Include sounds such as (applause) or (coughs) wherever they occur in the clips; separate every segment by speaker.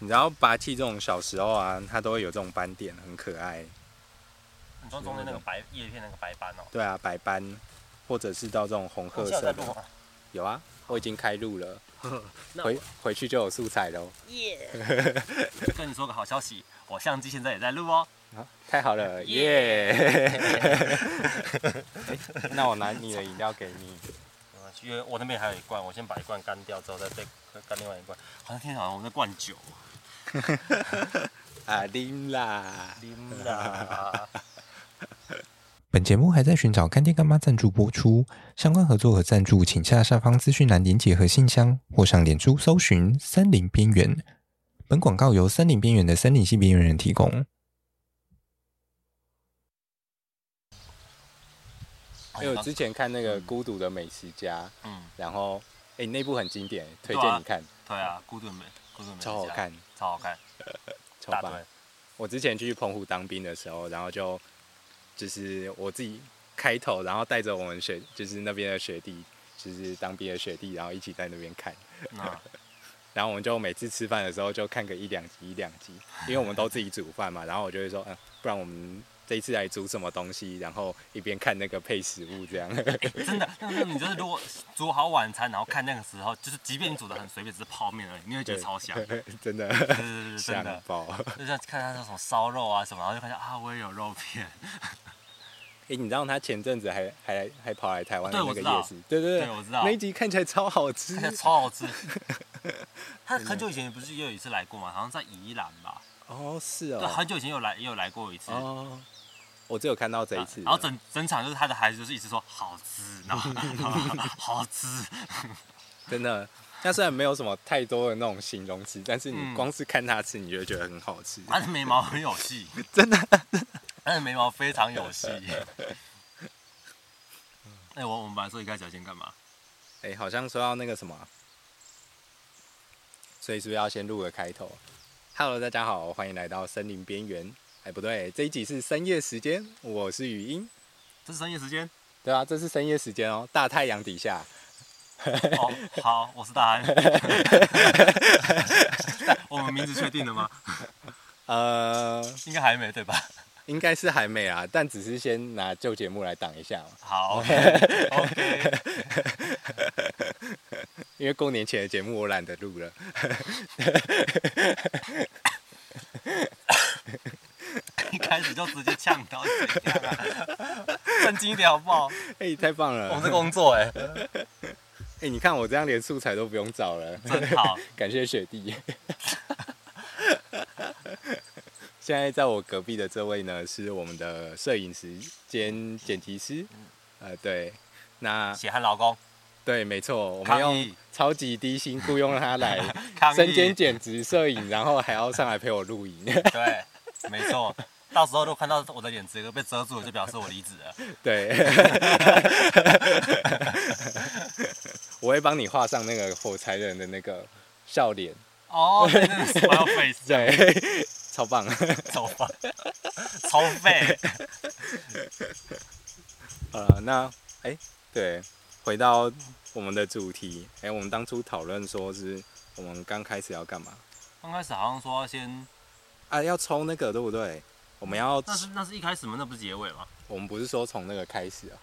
Speaker 1: 你知道拔气这种小时候啊，它都会有这种斑点，很可爱。
Speaker 2: 你说中间那个白叶片那个白斑哦，
Speaker 1: 对啊，白斑，或者是到这种红褐
Speaker 2: 你现在
Speaker 1: 色
Speaker 2: 有在录
Speaker 1: 的，
Speaker 2: 哦吗？
Speaker 1: 有啊，我已经开录了，
Speaker 2: 那
Speaker 1: 回回去就有素材喽。
Speaker 2: 耶！ (laughs) 跟你说个好消息，我相机现在也在录哦。
Speaker 1: (laughs) 啊，太好了，耶
Speaker 2: 耶！ (laughs)
Speaker 1: 那我拿你的饮料给你。
Speaker 2: 呃因为我那边还有一罐，我先把一罐干掉之后再再干另外一罐。好像听起来好像我们在灌酒。哦
Speaker 1: 啊，拎啦！
Speaker 2: 林 (laughs) 啦，
Speaker 3: 本节目还在寻找干爹干妈赞助播出，相关合作和赞助，请下下方资讯栏连结和信箱，或上脸书搜寻“森林边缘”。本广告由森林边缘的森林系边缘人提供。
Speaker 1: 因为我哎之前看那个《孤独的美食家》，
Speaker 2: 哎嗯，
Speaker 1: 然后哎、那部很经典，推
Speaker 2: 对
Speaker 1: 荐
Speaker 2: 啊
Speaker 1: 你看，
Speaker 2: 对啊，孤独美，孤独美，
Speaker 1: 超好，看，
Speaker 2: 超好看，
Speaker 1: 超
Speaker 2: 大
Speaker 1: 棒
Speaker 2: 腿。。
Speaker 1: 我之前去澎湖当兵的时候，然后就就是我自己开头，然后带着我们学就是那边的学弟，就是当兵的学弟，然后一起在那边看，
Speaker 2: 那
Speaker 1: 然后我们就每次吃饭的时候就看个一两集一两集，因为我们都自己煮饭嘛，然后我就会说，嗯，不然我们这一次来煮什么东西，然后一边看那个配食物这样。 (laughs)
Speaker 2: 真的，那个你就是如果煮好晚餐，然后看那个时候，就是即便你煮的很随便，只是泡面而已，你会觉得
Speaker 1: (laughs)
Speaker 2: 超香。对
Speaker 1: 真的
Speaker 2: 对对对，真
Speaker 1: 香
Speaker 2: 的， (laughs)
Speaker 1: 爆！哎、
Speaker 2: 就像看他那种烧肉啊什么，然后就看见啊，我也有肉片。
Speaker 1: 嗯你知道他前阵子还还还跑来台湾的
Speaker 2: 对
Speaker 1: 那
Speaker 2: 我
Speaker 1: 个
Speaker 2: 知道
Speaker 1: 夜市，对对
Speaker 2: 对我知道
Speaker 1: 那一集看起来超好吃
Speaker 2: 看起来超好吃。
Speaker 1: (laughs)
Speaker 2: 他很久以前不是也有一次来过吗？好像在宜兰吧。
Speaker 1: 哦，是
Speaker 2: 对，
Speaker 1: 哦，
Speaker 2: 很久以前有来也有来过一次。
Speaker 1: 哦，我只有看到这一次，
Speaker 2: 然后整整场就是他的孩子就是一直说好吃，然后 (laughs) 好吃，
Speaker 1: 真的。它虽然没有什么太多的那种形容词，但是你
Speaker 2: 嗯
Speaker 1: 光是看它吃，你就会觉得很好吃。
Speaker 2: 他的眉毛很有戏，
Speaker 1: 真的，
Speaker 2: (laughs) 他的眉毛非常
Speaker 1: (laughs)
Speaker 2: 有戏。哎、我我们本来说一开始要先干嘛？
Speaker 1: 哎、好像说到那个什么啊，所以是不是要先录个开头？Hello，大家好，欢迎来到森林边缘。哎、不对，这一集是深夜时间，我是语音，
Speaker 2: 这是深夜
Speaker 1: (laughs)
Speaker 2: 时间
Speaker 1: 对啊，这是深夜时间哦，大太阳底下，
Speaker 2: 哦。好，我是大
Speaker 1: (laughs)
Speaker 2: 安。 (laughs) 我们名字确定了吗？
Speaker 1: 呃，
Speaker 2: 应该还没对吧？ (laughs)
Speaker 1: 应该是还没啊，但只是先拿旧节目来挡一下嘛，
Speaker 2: 好，OK，OK。
Speaker 1: 因为过年前的节目我懒得录了。
Speaker 2: 一 (laughs) 开始就直接呛到怎样啊？正经一点好不好？
Speaker 1: 哎、太棒
Speaker 2: 我们
Speaker 1: 了！
Speaker 2: 是工作哎、
Speaker 1: 哎、你看我这样连素材都不用找了，
Speaker 2: 真好。
Speaker 1: 感谢雪弟。现在在我隔壁的这位呢，是我们的摄影师兼剪辑师，呃，对，那
Speaker 2: 血汗老公，
Speaker 1: 对，没错，我们
Speaker 2: 抗
Speaker 1: 用
Speaker 2: 议
Speaker 1: 超级低薪雇佣他来
Speaker 2: 抗
Speaker 1: 身兼
Speaker 2: 议，
Speaker 1: 剪辑、摄影，然后还要上来陪我录影，
Speaker 2: 对，没错。到时候如果看到我的脸直接被遮住了，就表示我离职 (laughs) 了。
Speaker 1: 对，我会帮你画上那个火柴人的那个笑脸，
Speaker 2: 哦，对那个 smile face
Speaker 1: 对，超棒。
Speaker 2: 走吧，超废。
Speaker 1: 呃，那哎、对，回到我们的主题，哎、我们当初讨论说是我们刚开始要干嘛
Speaker 2: 刚开始好像说要先，
Speaker 1: 啊？要抽那个对不对？我们要，
Speaker 2: 那是那是一开始吗？那不是结尾吗？
Speaker 1: 我们不是说从那个开始啊？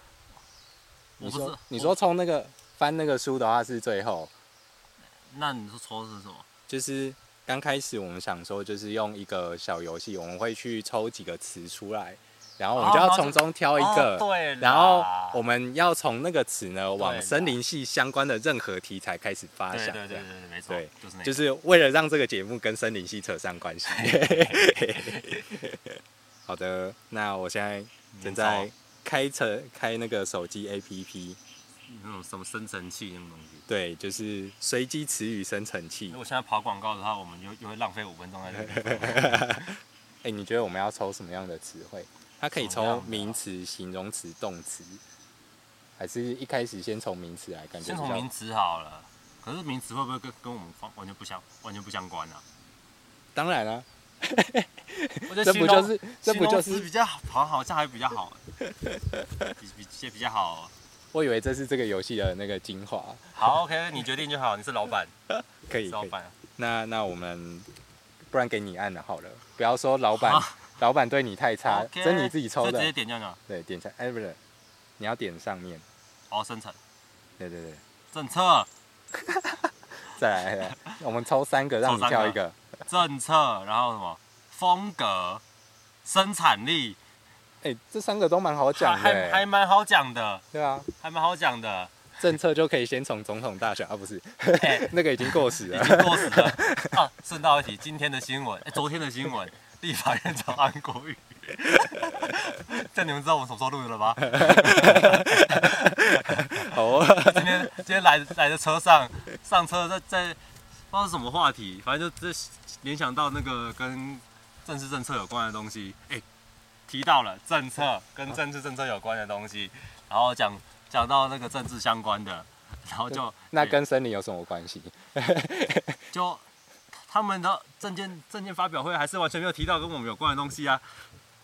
Speaker 2: 我
Speaker 1: 你
Speaker 2: 不是
Speaker 1: 说，你说从那个翻那个书的话是最后，
Speaker 2: 那你说抽的是什么？
Speaker 1: 就是刚开始我们想说就是用一个小游戏，我们会去抽几个词出来，然后我们就
Speaker 2: 哦
Speaker 1: 要
Speaker 2: 好
Speaker 1: 从中挑一
Speaker 2: 哦
Speaker 1: 个。
Speaker 2: 对啦，
Speaker 1: 然后我们要从那个词呢，往
Speaker 2: 对啦
Speaker 1: 森林系相关的任何题材开始发
Speaker 2: 对
Speaker 1: 想。
Speaker 2: 对对
Speaker 1: 这
Speaker 2: 对
Speaker 1: 样
Speaker 2: 对，没错，
Speaker 1: 对
Speaker 2: 就是那
Speaker 1: 就
Speaker 2: 个。
Speaker 1: 是为了让这个节目跟森林系扯上关系。 (laughs) 好的，那我现在正在开车开那个手机 APP，
Speaker 2: 那种什么生成器那种东西。
Speaker 1: 对，就是随机词语生成器
Speaker 2: 如。果现在跑广告的话，我们又又会浪费五分钟在这里。
Speaker 1: (laughs) 哎、你觉得我们要抽什么样的词汇？它可以
Speaker 2: 什么
Speaker 1: 抽
Speaker 2: 样的啊
Speaker 1: 名词、形容词、动词，还是一开始先从名词来？感觉
Speaker 2: 先
Speaker 1: 比
Speaker 2: 从名
Speaker 1: 较
Speaker 2: 词好了，可是名词会不会跟跟我们方完全不相完全不相关
Speaker 1: (laughs)
Speaker 2: 啊？
Speaker 1: 当然啊，
Speaker 2: 我觉得
Speaker 1: 这不
Speaker 2: 形
Speaker 1: 就
Speaker 2: 容
Speaker 1: 是这不就
Speaker 2: 形容词
Speaker 1: 是？
Speaker 2: 比较好，好像好像还比较
Speaker 1: (laughs)
Speaker 2: 好，比比比比较好。
Speaker 1: 我以为这是这个游戏的那个精华， (laughs) 哦
Speaker 2: 好，OK，你决定就好，你是老板，
Speaker 1: 可以
Speaker 2: 是
Speaker 1: 可
Speaker 2: 老
Speaker 1: 以。
Speaker 2: 板，
Speaker 1: 那那我们不然给你按了好了，不要说老板、老板对你太差
Speaker 2: 啊 OK，
Speaker 1: 这你自己抽
Speaker 2: 就直
Speaker 1: 的
Speaker 2: 接，点就好。
Speaker 1: 对，点下，哎、不是，你要点上面，
Speaker 2: 哦，生成
Speaker 1: 对对对，
Speaker 2: 政策
Speaker 1: 再来，再来
Speaker 2: (laughs)
Speaker 1: 我们抽三个，让你
Speaker 2: 抽三个
Speaker 1: 跳一个，
Speaker 2: 政策，然后什么风格、生产力，
Speaker 1: 哎、这三个都蛮好
Speaker 2: 还
Speaker 1: 讲的、
Speaker 2: 还还
Speaker 1: 欸，
Speaker 2: 蛮好讲的，
Speaker 1: 对啊，
Speaker 2: 还蛮好讲
Speaker 1: (laughs)
Speaker 2: 的，
Speaker 1: 政策就可以先从总统大选啊，不
Speaker 2: (laughs)
Speaker 1: 是，
Speaker 2: 哎
Speaker 1: 那个已经过时了
Speaker 2: 已，经过时了 (laughs) 啊。顺道一提，今天的新闻，哎，昨天的新闻，立法院长安国瑜， (laughs) 这样你们知道我们什么时候录的了吧？
Speaker 1: (laughs) 哦，
Speaker 2: 今天今天来来的车上上车在在不知道是什么话题，反正就这联想到那个跟政治政策有关的东西，哎、提到了政策跟政治政策有关的东西，然后讲讲到那个政治相关的，然后就
Speaker 1: 那跟森林有什么关系？
Speaker 2: 就他们的证件证件发表会还是完全没有提到跟我们有关的东西啊，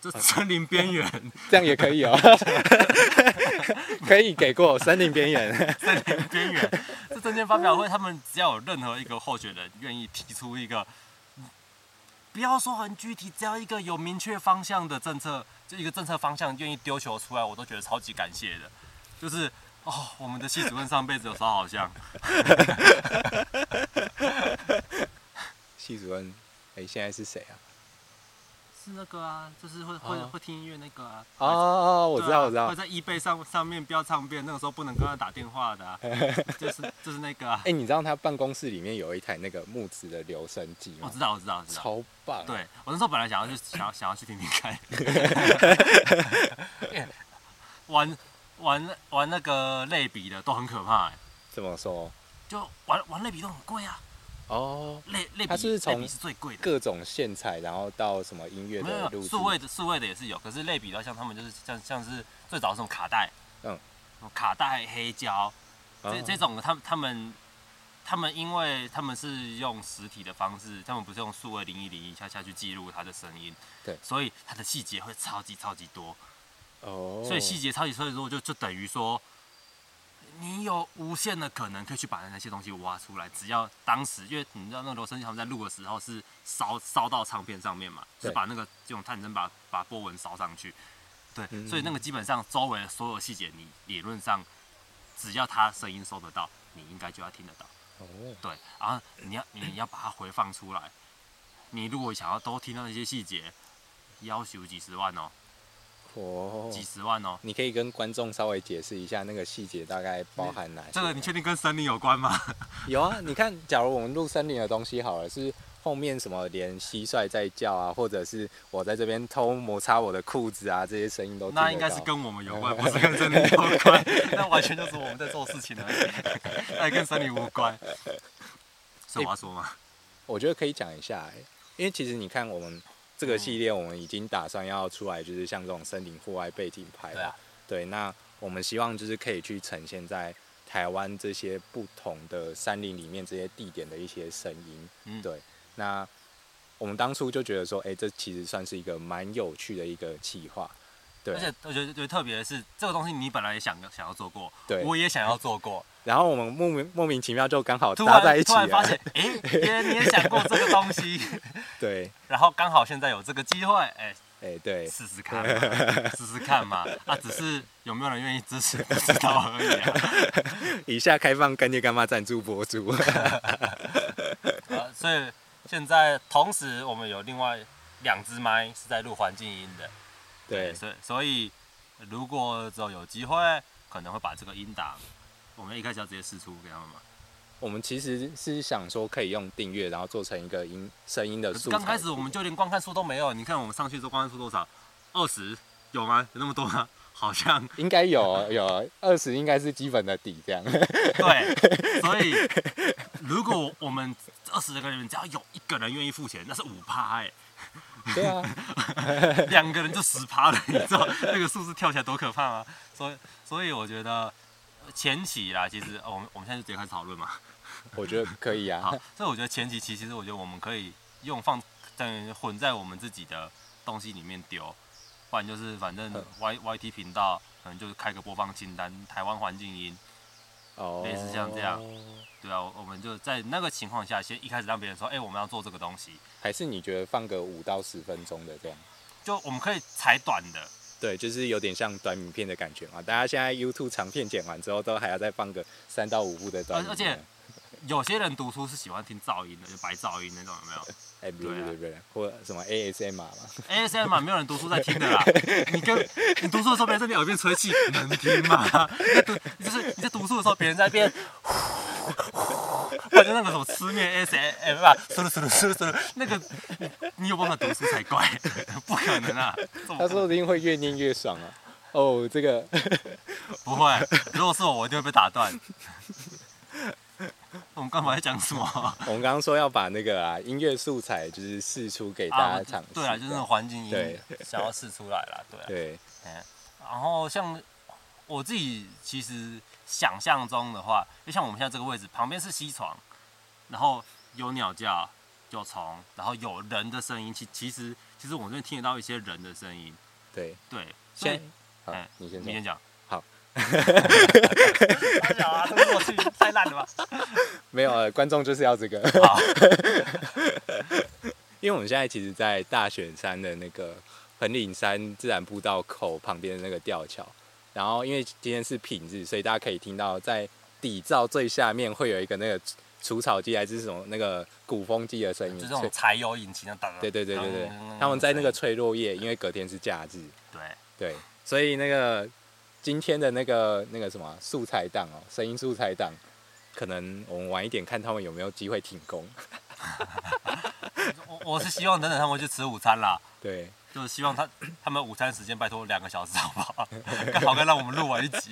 Speaker 2: 就森林边缘
Speaker 1: 这样也可
Speaker 2: (laughs)
Speaker 1: 以哦，可以给过森林边缘，
Speaker 2: 森林边缘，这证件发表会，他们只要有任何一个候选人愿意提出一个，不要说很具体，只要一个有明确方向的政策，就一个政策方向愿意丢球出来，我都觉得超级感谢的。就是哦，我们的系主任上辈子有烧好香，
Speaker 1: 系主任，哎、现在是谁啊？
Speaker 2: 是那个啊，就是会会、
Speaker 1: 哦
Speaker 2: 会听音乐那个啊。
Speaker 1: 哦哦，我知
Speaker 2: 对啊
Speaker 1: 道，我知道
Speaker 2: 会。在 eBay 上上面标唱片，那个时候不能跟他打电话
Speaker 1: (laughs)
Speaker 2: 的、啊，就是就是那个、啊
Speaker 1: 哎、，你知道他办公室里面有一台那个木质的留声机
Speaker 2: 我
Speaker 1: 吗？
Speaker 2: 哦知道我知道我知道，
Speaker 1: 超棒、啊！，
Speaker 2: 对我那时候本来想要去想要想要去听听
Speaker 1: (laughs)
Speaker 2: 看，欸玩玩玩那个类比的都很可怕、欸，
Speaker 1: 怎么说？
Speaker 2: 就玩玩类比都很贵啊，
Speaker 1: 哦，
Speaker 2: 类类
Speaker 1: 它
Speaker 2: 比
Speaker 1: 是不是
Speaker 2: 类
Speaker 1: 从
Speaker 2: 比是最贵的，
Speaker 1: 各种线材，然后到什么音乐
Speaker 2: 没
Speaker 1: 的
Speaker 2: 有没
Speaker 1: 录
Speaker 2: 有
Speaker 1: 制，
Speaker 2: 数位的数位的也是有，可是类比的话像他们就是像像是最早是那种卡带，
Speaker 1: 嗯，
Speaker 2: 卡带黑胶
Speaker 1: 哦
Speaker 2: 这这种的他们他们。他们因为他们是用实体的方式，他们不是用数位零一零一下下去记录它的声音，
Speaker 1: 对
Speaker 2: 所以它的细节会超级超级多。
Speaker 1: 哦，
Speaker 2: 所以细节超级脆弱，就就等于说，你有无限的可能可以去把那些东西挖出来，只要当时，因为你知道那个罗生他们在录的时候是烧烧到唱片上面嘛，
Speaker 1: 对
Speaker 2: 是把那个用探针把把波纹烧上去，对，
Speaker 1: 嗯
Speaker 2: 所以那个基本上周围的所有细节，你理论上只要他声音收得到，你应该就要听得到。
Speaker 1: 哦，
Speaker 2: 对，然后你要你要把它回放出来。你如果想要都听到那些细节，要求几十万哦，
Speaker 1: 哦
Speaker 2: 几，十万哦。
Speaker 1: 你可以跟观众稍微解释一下那个细节大概包含哪些？
Speaker 2: 这个你确定跟森林有关吗？
Speaker 1: 有啊？你看，假如我们录森林的东西好了，是后面什么连蟋蟀在叫啊，或者是我在这边偷摩擦我的裤子啊，这些声
Speaker 2: (laughs)
Speaker 1: 音都听得
Speaker 2: 那应该是
Speaker 1: 到
Speaker 2: 跟我们有关，不是跟森林有
Speaker 1: (laughs)
Speaker 2: 关。那完全就是我们在做事情而已， (laughs) 那也跟森林无关。
Speaker 1: 哎
Speaker 2: 是我要说吗？
Speaker 1: 我觉得可以讲一下、欸，因为其实你看我们这个
Speaker 2: 嗯
Speaker 1: 系列，我们已经打算要出来，就是像这种森林户外背景拍嘛
Speaker 2: 对啊
Speaker 1: 对，那我们希望就是可以去呈现在台湾这些不同的山林里面这些地点的一些声音。
Speaker 2: 嗯
Speaker 1: 对，那我们当初就觉得说，哎、这其实算是一个蛮有趣的一个企划。对
Speaker 2: 而，且我觉得觉得特别的是，这个东西你本来也想想要做过，
Speaker 1: 对
Speaker 2: 我也想要做过，
Speaker 1: 然后我们莫名莫名其妙就刚好
Speaker 2: 突
Speaker 1: 搭在
Speaker 2: 然
Speaker 1: 一起啊
Speaker 2: 突然发
Speaker 1: 了。
Speaker 2: 现，哎，
Speaker 1: (laughs)
Speaker 2: 别人你也想过这个东西， (laughs)
Speaker 1: 对，
Speaker 2: 然后刚好现在有这个机会，哎，
Speaker 1: 哎、对，
Speaker 2: 试试看嘛，试试看嘛。啊，只是有没有人愿意支持不知道而已啊。
Speaker 1: 以下开放干爹干妈赞助博主。
Speaker 2: 呃，所以现在同时我们有另外两只麦是在录环境音的，
Speaker 1: (laughs) 对，
Speaker 2: 所以所以如果之后有机会，可能会把这个音档，我们一开始要直接试出给他们嘛。
Speaker 1: 我们其实是想说可以用订阅，然后做成一个音声音的
Speaker 2: 可是
Speaker 1: 素材。
Speaker 2: 刚开始我们就连观看数都没有，你看我们上去之后观看数多少？二十有吗？有那么多吗？好像
Speaker 1: 应该有有二十，应该是基本的底这样。 (laughs)
Speaker 2: 对，所以如果我们二十个人只要有一个人愿意付钱，那是五趴哎，
Speaker 1: 对啊，
Speaker 2: 两个人就十趴了，你知道那个数字跳起来多可怕吗？所以所以我觉得前期啦，其实哦我们我们现在就直接开始讨论嘛。
Speaker 1: 我觉得可以啊
Speaker 2: 好。，所以我觉得前期其实我觉得我们可以用放等于混在我们自己的东西里面丢，不然就是反正
Speaker 1: 嗯
Speaker 2: Y Y T 频道可能就是开个播放清单，台湾环境音，
Speaker 1: 哦，
Speaker 2: 类似像这样对啊，我我们就在那个情况下，先一开始让别人说，哎、我们要做这个东西，
Speaker 1: 还是你觉得放个五到十分钟的这样？
Speaker 2: 就我们可以裁短的，
Speaker 1: 对，就是有点像短影片的感觉嘛。大家现在 YouTube 长片剪完之后，都还要再放个三到五部的短
Speaker 2: 而
Speaker 1: 影
Speaker 2: 而且
Speaker 1: 片。
Speaker 2: 有些人读书是喜欢听噪音的，就白噪音那种，有没有
Speaker 1: 哎，不对
Speaker 2: 对啊
Speaker 1: 不对不对，或什么 ASMR 嘛，
Speaker 2: ？ASM 嘛，没有人读书在听的
Speaker 1: (laughs)
Speaker 2: 啦。你跟你读书的时候，别人在你耳边吹气，能听吗？你在读就是你在读书的时候，别人在那边。反正那个什么吃面 S M 吧，嗖噜嗖噜嗖噜嗖噜，那个你你有办法读书才怪，不可能啊！这么
Speaker 1: 他说不定会越念越爽啊。哦，这个
Speaker 2: 不会，如果是我，我一定会被打断。我们刚才在讲什么？
Speaker 1: 我们刚刚说要把那个啊音乐素材就是试出给 (laughs)
Speaker 2: 啊
Speaker 1: 大家尝试，
Speaker 2: 对啊，就是那种环境音
Speaker 1: 对
Speaker 2: 想要试出来啦，对啊。
Speaker 1: 对
Speaker 2: 然后像我自己其实想象中的话，就像我们现在这个位置，旁边是西床，然后有鸟叫，有虫，然后有人的声音，其其实其实我们这边听得到一些人的声音，
Speaker 1: 对。
Speaker 2: 对。所以
Speaker 1: 先，好
Speaker 2: 哎，
Speaker 1: 你先
Speaker 2: 你
Speaker 1: 说
Speaker 2: 先。讲。
Speaker 1: 好。
Speaker 2: 太小
Speaker 1: (laughs)
Speaker 2: 啊，这个默契太烂了吧？
Speaker 1: 没有，呃观众就是要这个。
Speaker 2: 好，
Speaker 1: (laughs) 因为我们现在其实，在大雪山的那个横岭山自然步道口旁边的那个吊桥，然后因为今天是平日，所以大家可以听到在底罩最下面会有一个那个除草机还是什么那个鼓风机的声音，
Speaker 2: 就这
Speaker 1: 所
Speaker 2: 种嗯
Speaker 1: 以
Speaker 2: 柴油引擎的啊噔。
Speaker 1: 对对对对对
Speaker 2: 噔噔噔噔，
Speaker 1: 他们在那个
Speaker 2: 噔
Speaker 1: 吹落叶，因为隔天是假日，
Speaker 2: 对。
Speaker 1: 对，所以那个今天的那个那个什么啊素材档哦，声音素材档，可能我们晚一点看他们有没有机会停工，
Speaker 2: 我我是希望等等他们去吃午餐啦，
Speaker 1: 对。
Speaker 2: 就是希望他 (coughs) 他们午餐时间拜托两个小时好不好？ (laughs) 刚好可以让我们录完一集。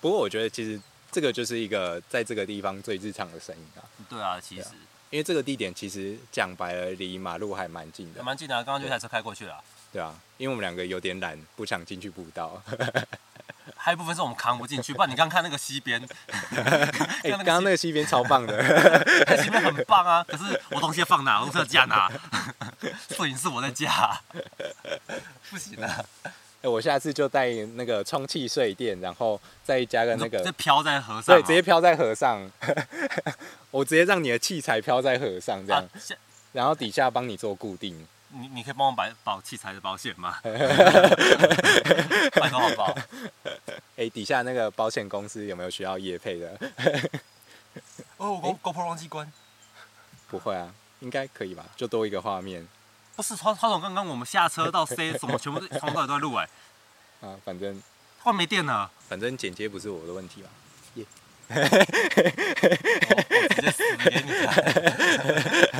Speaker 1: 不过我觉得其实这个就是一个在这个地方最日常的声音啊，
Speaker 2: 对啊，其实
Speaker 1: 因为这个地点其实讲白了离马路还蛮近
Speaker 2: 还
Speaker 1: 的，
Speaker 2: 蛮近的啊，刚刚就一台车开过去了，
Speaker 1: 对啊，因为我们两个有点懒，不想进去步道。
Speaker 2: 还有一部分是我们扛不进去，不然你刚看那个西边， (laughs)
Speaker 1: 哎、
Speaker 2: 刚
Speaker 1: 刚刚那个西边超棒的， (laughs)
Speaker 2: 那西边很棒啊，可是我东西放哪？我东西要架哪？摄影是我在架，不行啊，
Speaker 1: 哎我下次就带那个充气睡垫，然后再加个那
Speaker 2: 这
Speaker 1: 个，
Speaker 2: 飘在河上啊，
Speaker 1: 对，直接飘在河 (laughs) 上，我直接让你的器材飘在河上这样
Speaker 2: 啊，，下
Speaker 1: 然后底下帮你做固定。
Speaker 2: 你你可以帮我买保器材的保险
Speaker 1: (laughs)
Speaker 2: 吗？拜托好不好？
Speaker 1: 哎、底下那个保险公司有没有需要业配 (laughs) 的？
Speaker 2: 哦，我 GoPro 忘记关。
Speaker 1: 不会啊，应该可以吧？就多一个画面
Speaker 2: 不是，花花总，刚刚我们下车到 C 什么，全部都从头到尾都在录哎，
Speaker 1: 啊，反正
Speaker 2: 突然没电了，
Speaker 1: 反正剪接不是我的问题嘛。
Speaker 2: 我直接死给你看。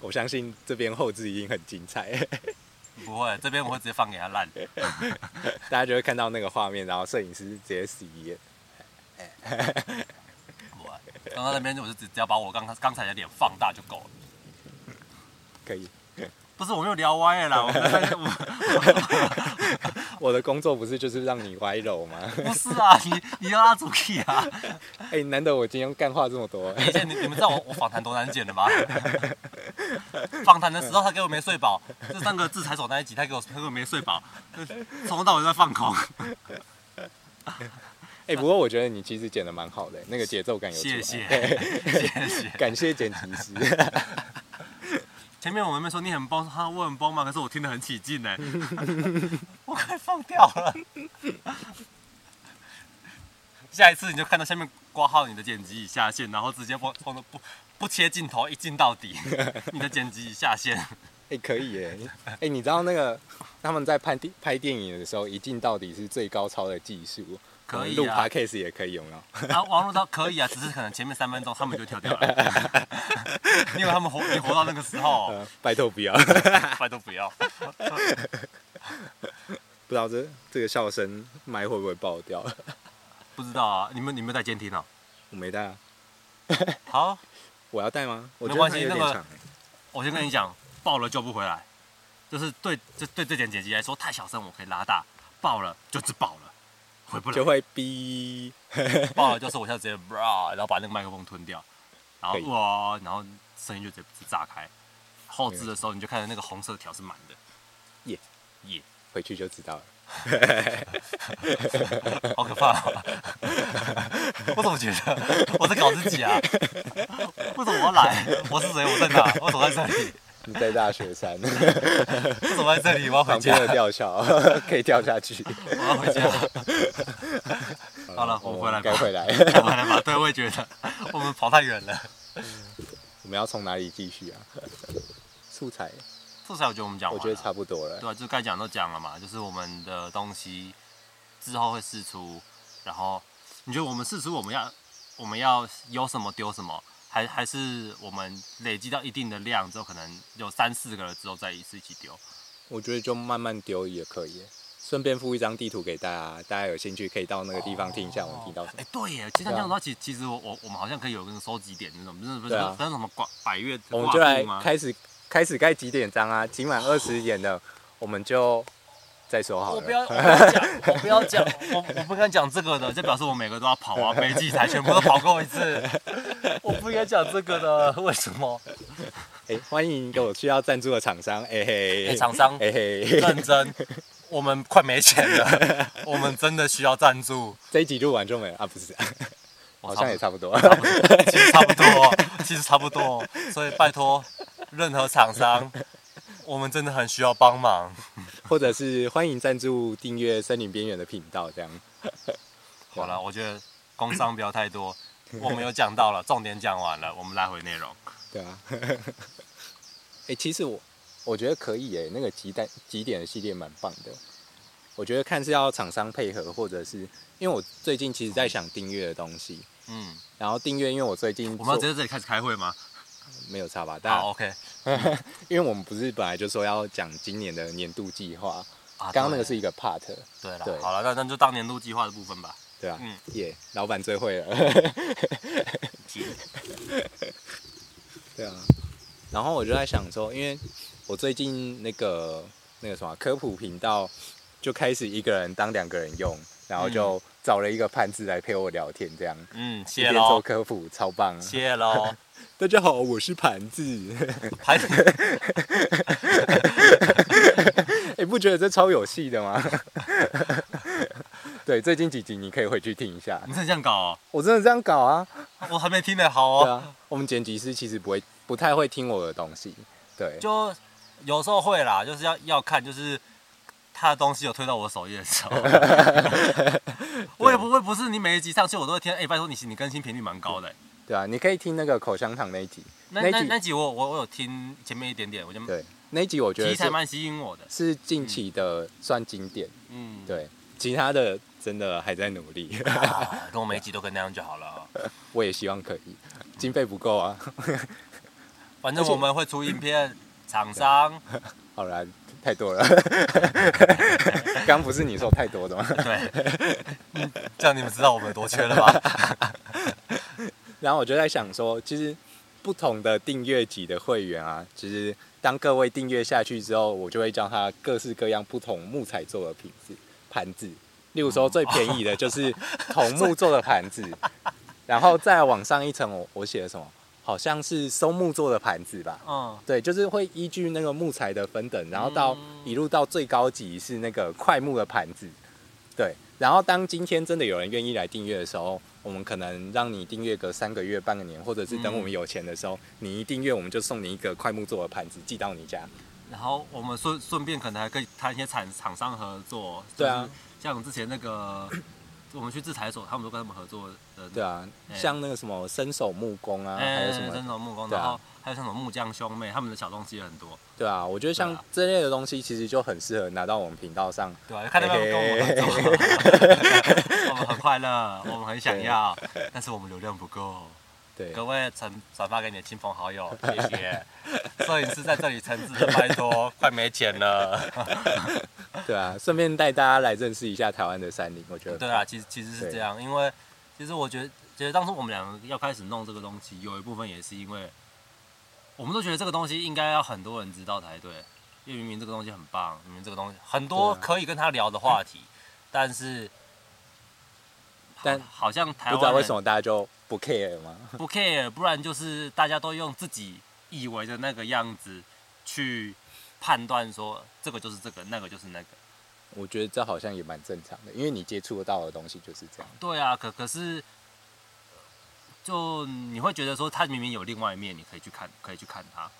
Speaker 1: 我相信这边后置一定很精 (laughs) 彩，
Speaker 2: 不会，这边我会直接放给他烂。
Speaker 1: 大家就会看到那个画面，然后摄影师直接死一眼。
Speaker 2: 不会，刚刚那边我就只只要把我刚刚刚才的脸放大就够了。
Speaker 1: 可以，
Speaker 2: 不是，我没有聊歪了啦，我们在我
Speaker 1: 我的工作不是就是让你歪楼 (laughs) 吗？
Speaker 2: 不是啊，你你要拉主 key 啊。
Speaker 1: 哎、难得我今天干话这么多，
Speaker 2: 以前你你们知道我我访谈多难剪的吗？访谈的时候他给我没睡饱，这三个制裁手那一集他给我他给我没睡饱，从头到尾都在放 (laughs) 空。
Speaker 1: 哎、不过我觉得你其实剪的蛮好的，那个节奏感有出来
Speaker 2: 谢谢谢谢。 (laughs)
Speaker 1: 感谢剪辑师。
Speaker 2: 前面我妹妹说你很崩，她我很崩吗？可是我听得很起劲呢，我快放掉了。下一次你就看到下面挂号你的剪辑已下线，然后直接不不不不切镜头，一镜到底，你的剪辑已下线。
Speaker 1: 哎、可以耶！哎、你知道那个他们在拍电拍电影的时候，一镜到底是最高超的技术。
Speaker 2: 可以
Speaker 1: 录
Speaker 2: 啊，
Speaker 1: podcast 也可以，有没有？
Speaker 2: 啊，网络到可以啊，只是可能前面三分钟他们就跳掉了。你以为他们活你活到那个时候，
Speaker 1: 呃，拜托不
Speaker 2: (laughs)
Speaker 1: 要。
Speaker 2: 拜都不要。
Speaker 1: 不知道这这个笑声麦会不会爆掉？ (laughs)
Speaker 2: 不知道啊，你们你们在监听哦。
Speaker 1: 我没带啊，
Speaker 2: 好，
Speaker 1: 我要带吗？我觉
Speaker 2: 没
Speaker 1: 得
Speaker 2: 关
Speaker 1: 它
Speaker 2: 系
Speaker 1: 有点
Speaker 2: 那个
Speaker 1: 长欸
Speaker 2: 我先跟你讲，爆了救不回来，就是对这对这点剪辑来说太小声，我可以拉大，爆了就只爆了，回不
Speaker 1: 就
Speaker 2: 了，
Speaker 1: 会逼。
Speaker 2: 爆了就是我现在直接 bra，然后把那个麦克风吞掉，然后
Speaker 1: 可以
Speaker 2: 哇，然后声音就直接炸开，后置的时候你就看到那个红色的条是满的，
Speaker 1: 耶
Speaker 2: 耶，
Speaker 1: 回去就知道了。
Speaker 2: 好可怕、啊！ (laughs) 我怎么觉得我在搞自己啊？ (laughs) 为什么我要来？我是谁？我在哪？我怎么在这里？
Speaker 1: 你在大雪
Speaker 2: (laughs)
Speaker 1: 山
Speaker 2: 我怎么在这里？我要回
Speaker 1: 旁
Speaker 2: 家
Speaker 1: 边。的吊桥 (laughs) 可以掉下去。
Speaker 2: 我要回家。 (laughs) 好了，我们回来吧
Speaker 1: 嗯该。回来。
Speaker 2: 我们回来吧。对，我也觉得 (laughs) 我们跑太远了。
Speaker 1: 我们要从哪里继续啊？素材，
Speaker 2: 素材我觉得我们讲
Speaker 1: 我
Speaker 2: 完了。
Speaker 1: 觉得差不多了。
Speaker 2: 对啊，就该讲都讲了嘛，就是我们的东西之后会试出，然后你觉得我们试出我们要我们要有什么丢什么，还还是我们累积到一定的量之后，可能有三四个了之后再一次一起丢。
Speaker 1: 我觉得就慢慢丢也可以耶，顺便附一张地图给大家，大家有兴趣可以到那个地方听一下我们听到什么。
Speaker 2: 哎、对耶，其实像这样的话，其实其实我我我们好像可以有那种收集点那种，不是不是
Speaker 1: 对啊
Speaker 2: 不是什么挂百月
Speaker 1: 我们
Speaker 2: 挂
Speaker 1: 就来
Speaker 2: 哎布吗？
Speaker 1: 开始开始盖几点章啊？今晚二十点的，我们就再说好了。
Speaker 2: 我
Speaker 1: (laughs)
Speaker 2: 不要，我不要讲，我不要讲，我我不敢讲这个的，这表示我每个都要跑啊，每一季才全部都跑过一次，
Speaker 1: (laughs)
Speaker 2: 我不应该讲这个的，为什么？
Speaker 1: 哎、欢迎有需要赞助的厂商，哎、嘿、
Speaker 2: 哎厂商
Speaker 1: 哎、嘿，
Speaker 2: 认真，
Speaker 1: (laughs)
Speaker 2: 我们快没钱了，我们真的需要赞助，
Speaker 1: 这一集录完就没了啊？不是，好像也差不多。 (laughs)
Speaker 2: 其实差不多，其实差不多，所以拜托任何厂
Speaker 1: (laughs)
Speaker 2: 商，我们真的很需要帮忙，
Speaker 1: 或者是欢迎赞助订阅森林边缘的频道，这样。
Speaker 2: 好了，我觉得工商不要
Speaker 1: (laughs)
Speaker 2: 太多，我们有讲到了，重点讲完了，我们拉回内容。
Speaker 1: 对啊。 (laughs) 哎、其实我我觉得可以欸诶，那个极点极点的系列蛮棒的。我觉得看是要厂商配合，或者是因为我最近其实在想订阅的东西，
Speaker 2: 嗯，
Speaker 1: 然后订阅，因为我最近
Speaker 2: 我们要直
Speaker 1: 做
Speaker 2: 接在这里开始开会吗？
Speaker 1: 没有差吧？但
Speaker 2: 好，OK。
Speaker 1: 因为我们不是本来就说要讲今年的年度计划，
Speaker 2: 啊
Speaker 1: 刚刚那个
Speaker 2: 对
Speaker 1: 是一个 part，
Speaker 2: 对了，
Speaker 1: 对
Speaker 2: 好了，那那就当年度计划的部分吧。
Speaker 1: 对啊吧、
Speaker 2: 嗯
Speaker 1: 耶、老板最会 (laughs) 了。对啊，然后我就在想说，因为我最近那个那个什么科普频道就开始一个人当两个人用，然后就找了一个潘子来陪我聊天，这样
Speaker 2: 嗯，
Speaker 1: 一
Speaker 2: 谢
Speaker 1: 边做
Speaker 2: 喽，
Speaker 1: 科普，超棒。啊
Speaker 2: 谢喽，
Speaker 1: 大家好，我是盘子。
Speaker 2: (laughs) 还，
Speaker 1: 哎、不觉得这超有戏的吗？ (laughs) 对，最近几集你可以回去听一下
Speaker 2: 你真的这样搞哦？
Speaker 1: 我真的这样搞啊。
Speaker 2: 我还没听呢，好
Speaker 1: 对
Speaker 2: 哦。
Speaker 1: 啊，我们剪辑师其实不会，不太会听我的东西。对，
Speaker 2: 就有时候会啦，就是要要看，就是他的东西有推到我首页
Speaker 1: (laughs)
Speaker 2: 的时候，我也不会不是你每一集上去我都会听，哎、拜托你你更新频率蛮高的、
Speaker 1: 对啊，你可以听那个口香糖那一集，
Speaker 2: 那
Speaker 1: 那一
Speaker 2: 那
Speaker 1: 集
Speaker 2: 那集我我我有听前面一点点，我就
Speaker 1: 对，那一集我觉
Speaker 2: 题
Speaker 1: 得
Speaker 2: 材
Speaker 1: 是
Speaker 2: 蛮吸引我的，
Speaker 1: 是近期的算经典，
Speaker 2: 嗯，
Speaker 1: 对，其他的真的还在努力，(laughs)
Speaker 2: (laughs) 啊，如果每一集都跟那样就好了哦、
Speaker 1: 我也希望可以，经费不够啊。
Speaker 2: 反正我们会出影片，厂商
Speaker 1: 好啦，太多了， (laughs) 刚不是你说太多的吗？
Speaker 2: 对， (laughs) 这样你们知道我们有多缺了吧？
Speaker 1: 然后我就在想说，其实不同的订阅级的会员啊，其实当各位订阅下去之后，我就会教他各式各样不同木材做的品质盘子。例如说最便宜的就是桐木做的盘子，然后再往上一层，我我写了什么？好像是松木做的盘子吧？
Speaker 2: 嗯，
Speaker 1: 对，就是会依据那个木材的分等，然后到
Speaker 2: 嗯
Speaker 1: 一路到最高级是那个块木的盘子，对。然后当今天真的有人愿意来订阅的时候，我们可能让你订阅个三个月、半个年，或者是
Speaker 2: 嗯
Speaker 1: 等我们有钱的时候，你一订阅我们就送你一个块木做的盘子寄到你家。
Speaker 2: 然后我们顺顺便可能还可以谈一些厂厂商合作，
Speaker 1: 对啊，
Speaker 2: 像之前那个我们去制裁所，他们都跟他们合作的，
Speaker 1: 对啊，
Speaker 2: 哎
Speaker 1: 像那个什么伸手木工啊，
Speaker 2: 哎，
Speaker 1: 还有什
Speaker 2: 那
Speaker 1: 么，
Speaker 2: 种木工，
Speaker 1: 对啊
Speaker 2: 然后还有像什么木匠兄妹，他们的小东西也很多，
Speaker 1: 对啊，我觉得像
Speaker 2: 对啊
Speaker 1: 这类的东西其实就很适合拿到我们频道上。
Speaker 2: 对啊吧、看到他们跟我们合作，我们很快
Speaker 1: (laughs)
Speaker 2: 乐，我们很想要，但是我们流量不够。
Speaker 1: 对，
Speaker 2: 各位转转发给你的亲朋好友，谢
Speaker 1: (laughs)
Speaker 2: 谢。摄影师在这里诚挚的拜托，快没钱了。
Speaker 1: 对啊，顺便带大家来认识一下台湾的山林，我觉得。
Speaker 2: 对啊，，其实其实是
Speaker 1: 对
Speaker 2: 这样，因为其实我觉得，觉得当初我们两个要开始弄这个东西，有一部分也是因为，我们都觉得这个东西应该要很多人知道才对，因为明明这个东西很棒，明明这个东西很多
Speaker 1: 对啊
Speaker 2: 可以跟他聊的话题，但是，
Speaker 1: 但
Speaker 2: 好好像台
Speaker 1: 不知道
Speaker 2: 湾
Speaker 1: 为什
Speaker 2: 人
Speaker 1: 么大家就不 care 吗？
Speaker 2: 不 care，不然就是大家都用自己以为的那个样子去判断说这个就是这个，那个就是那个。
Speaker 1: 我觉得这好像也蛮正常的，因为你接触得到的东西就是这样。
Speaker 2: 对啊，可可是，呃就你会觉得说，他明明有另外一面，你可以去看，可以去看他。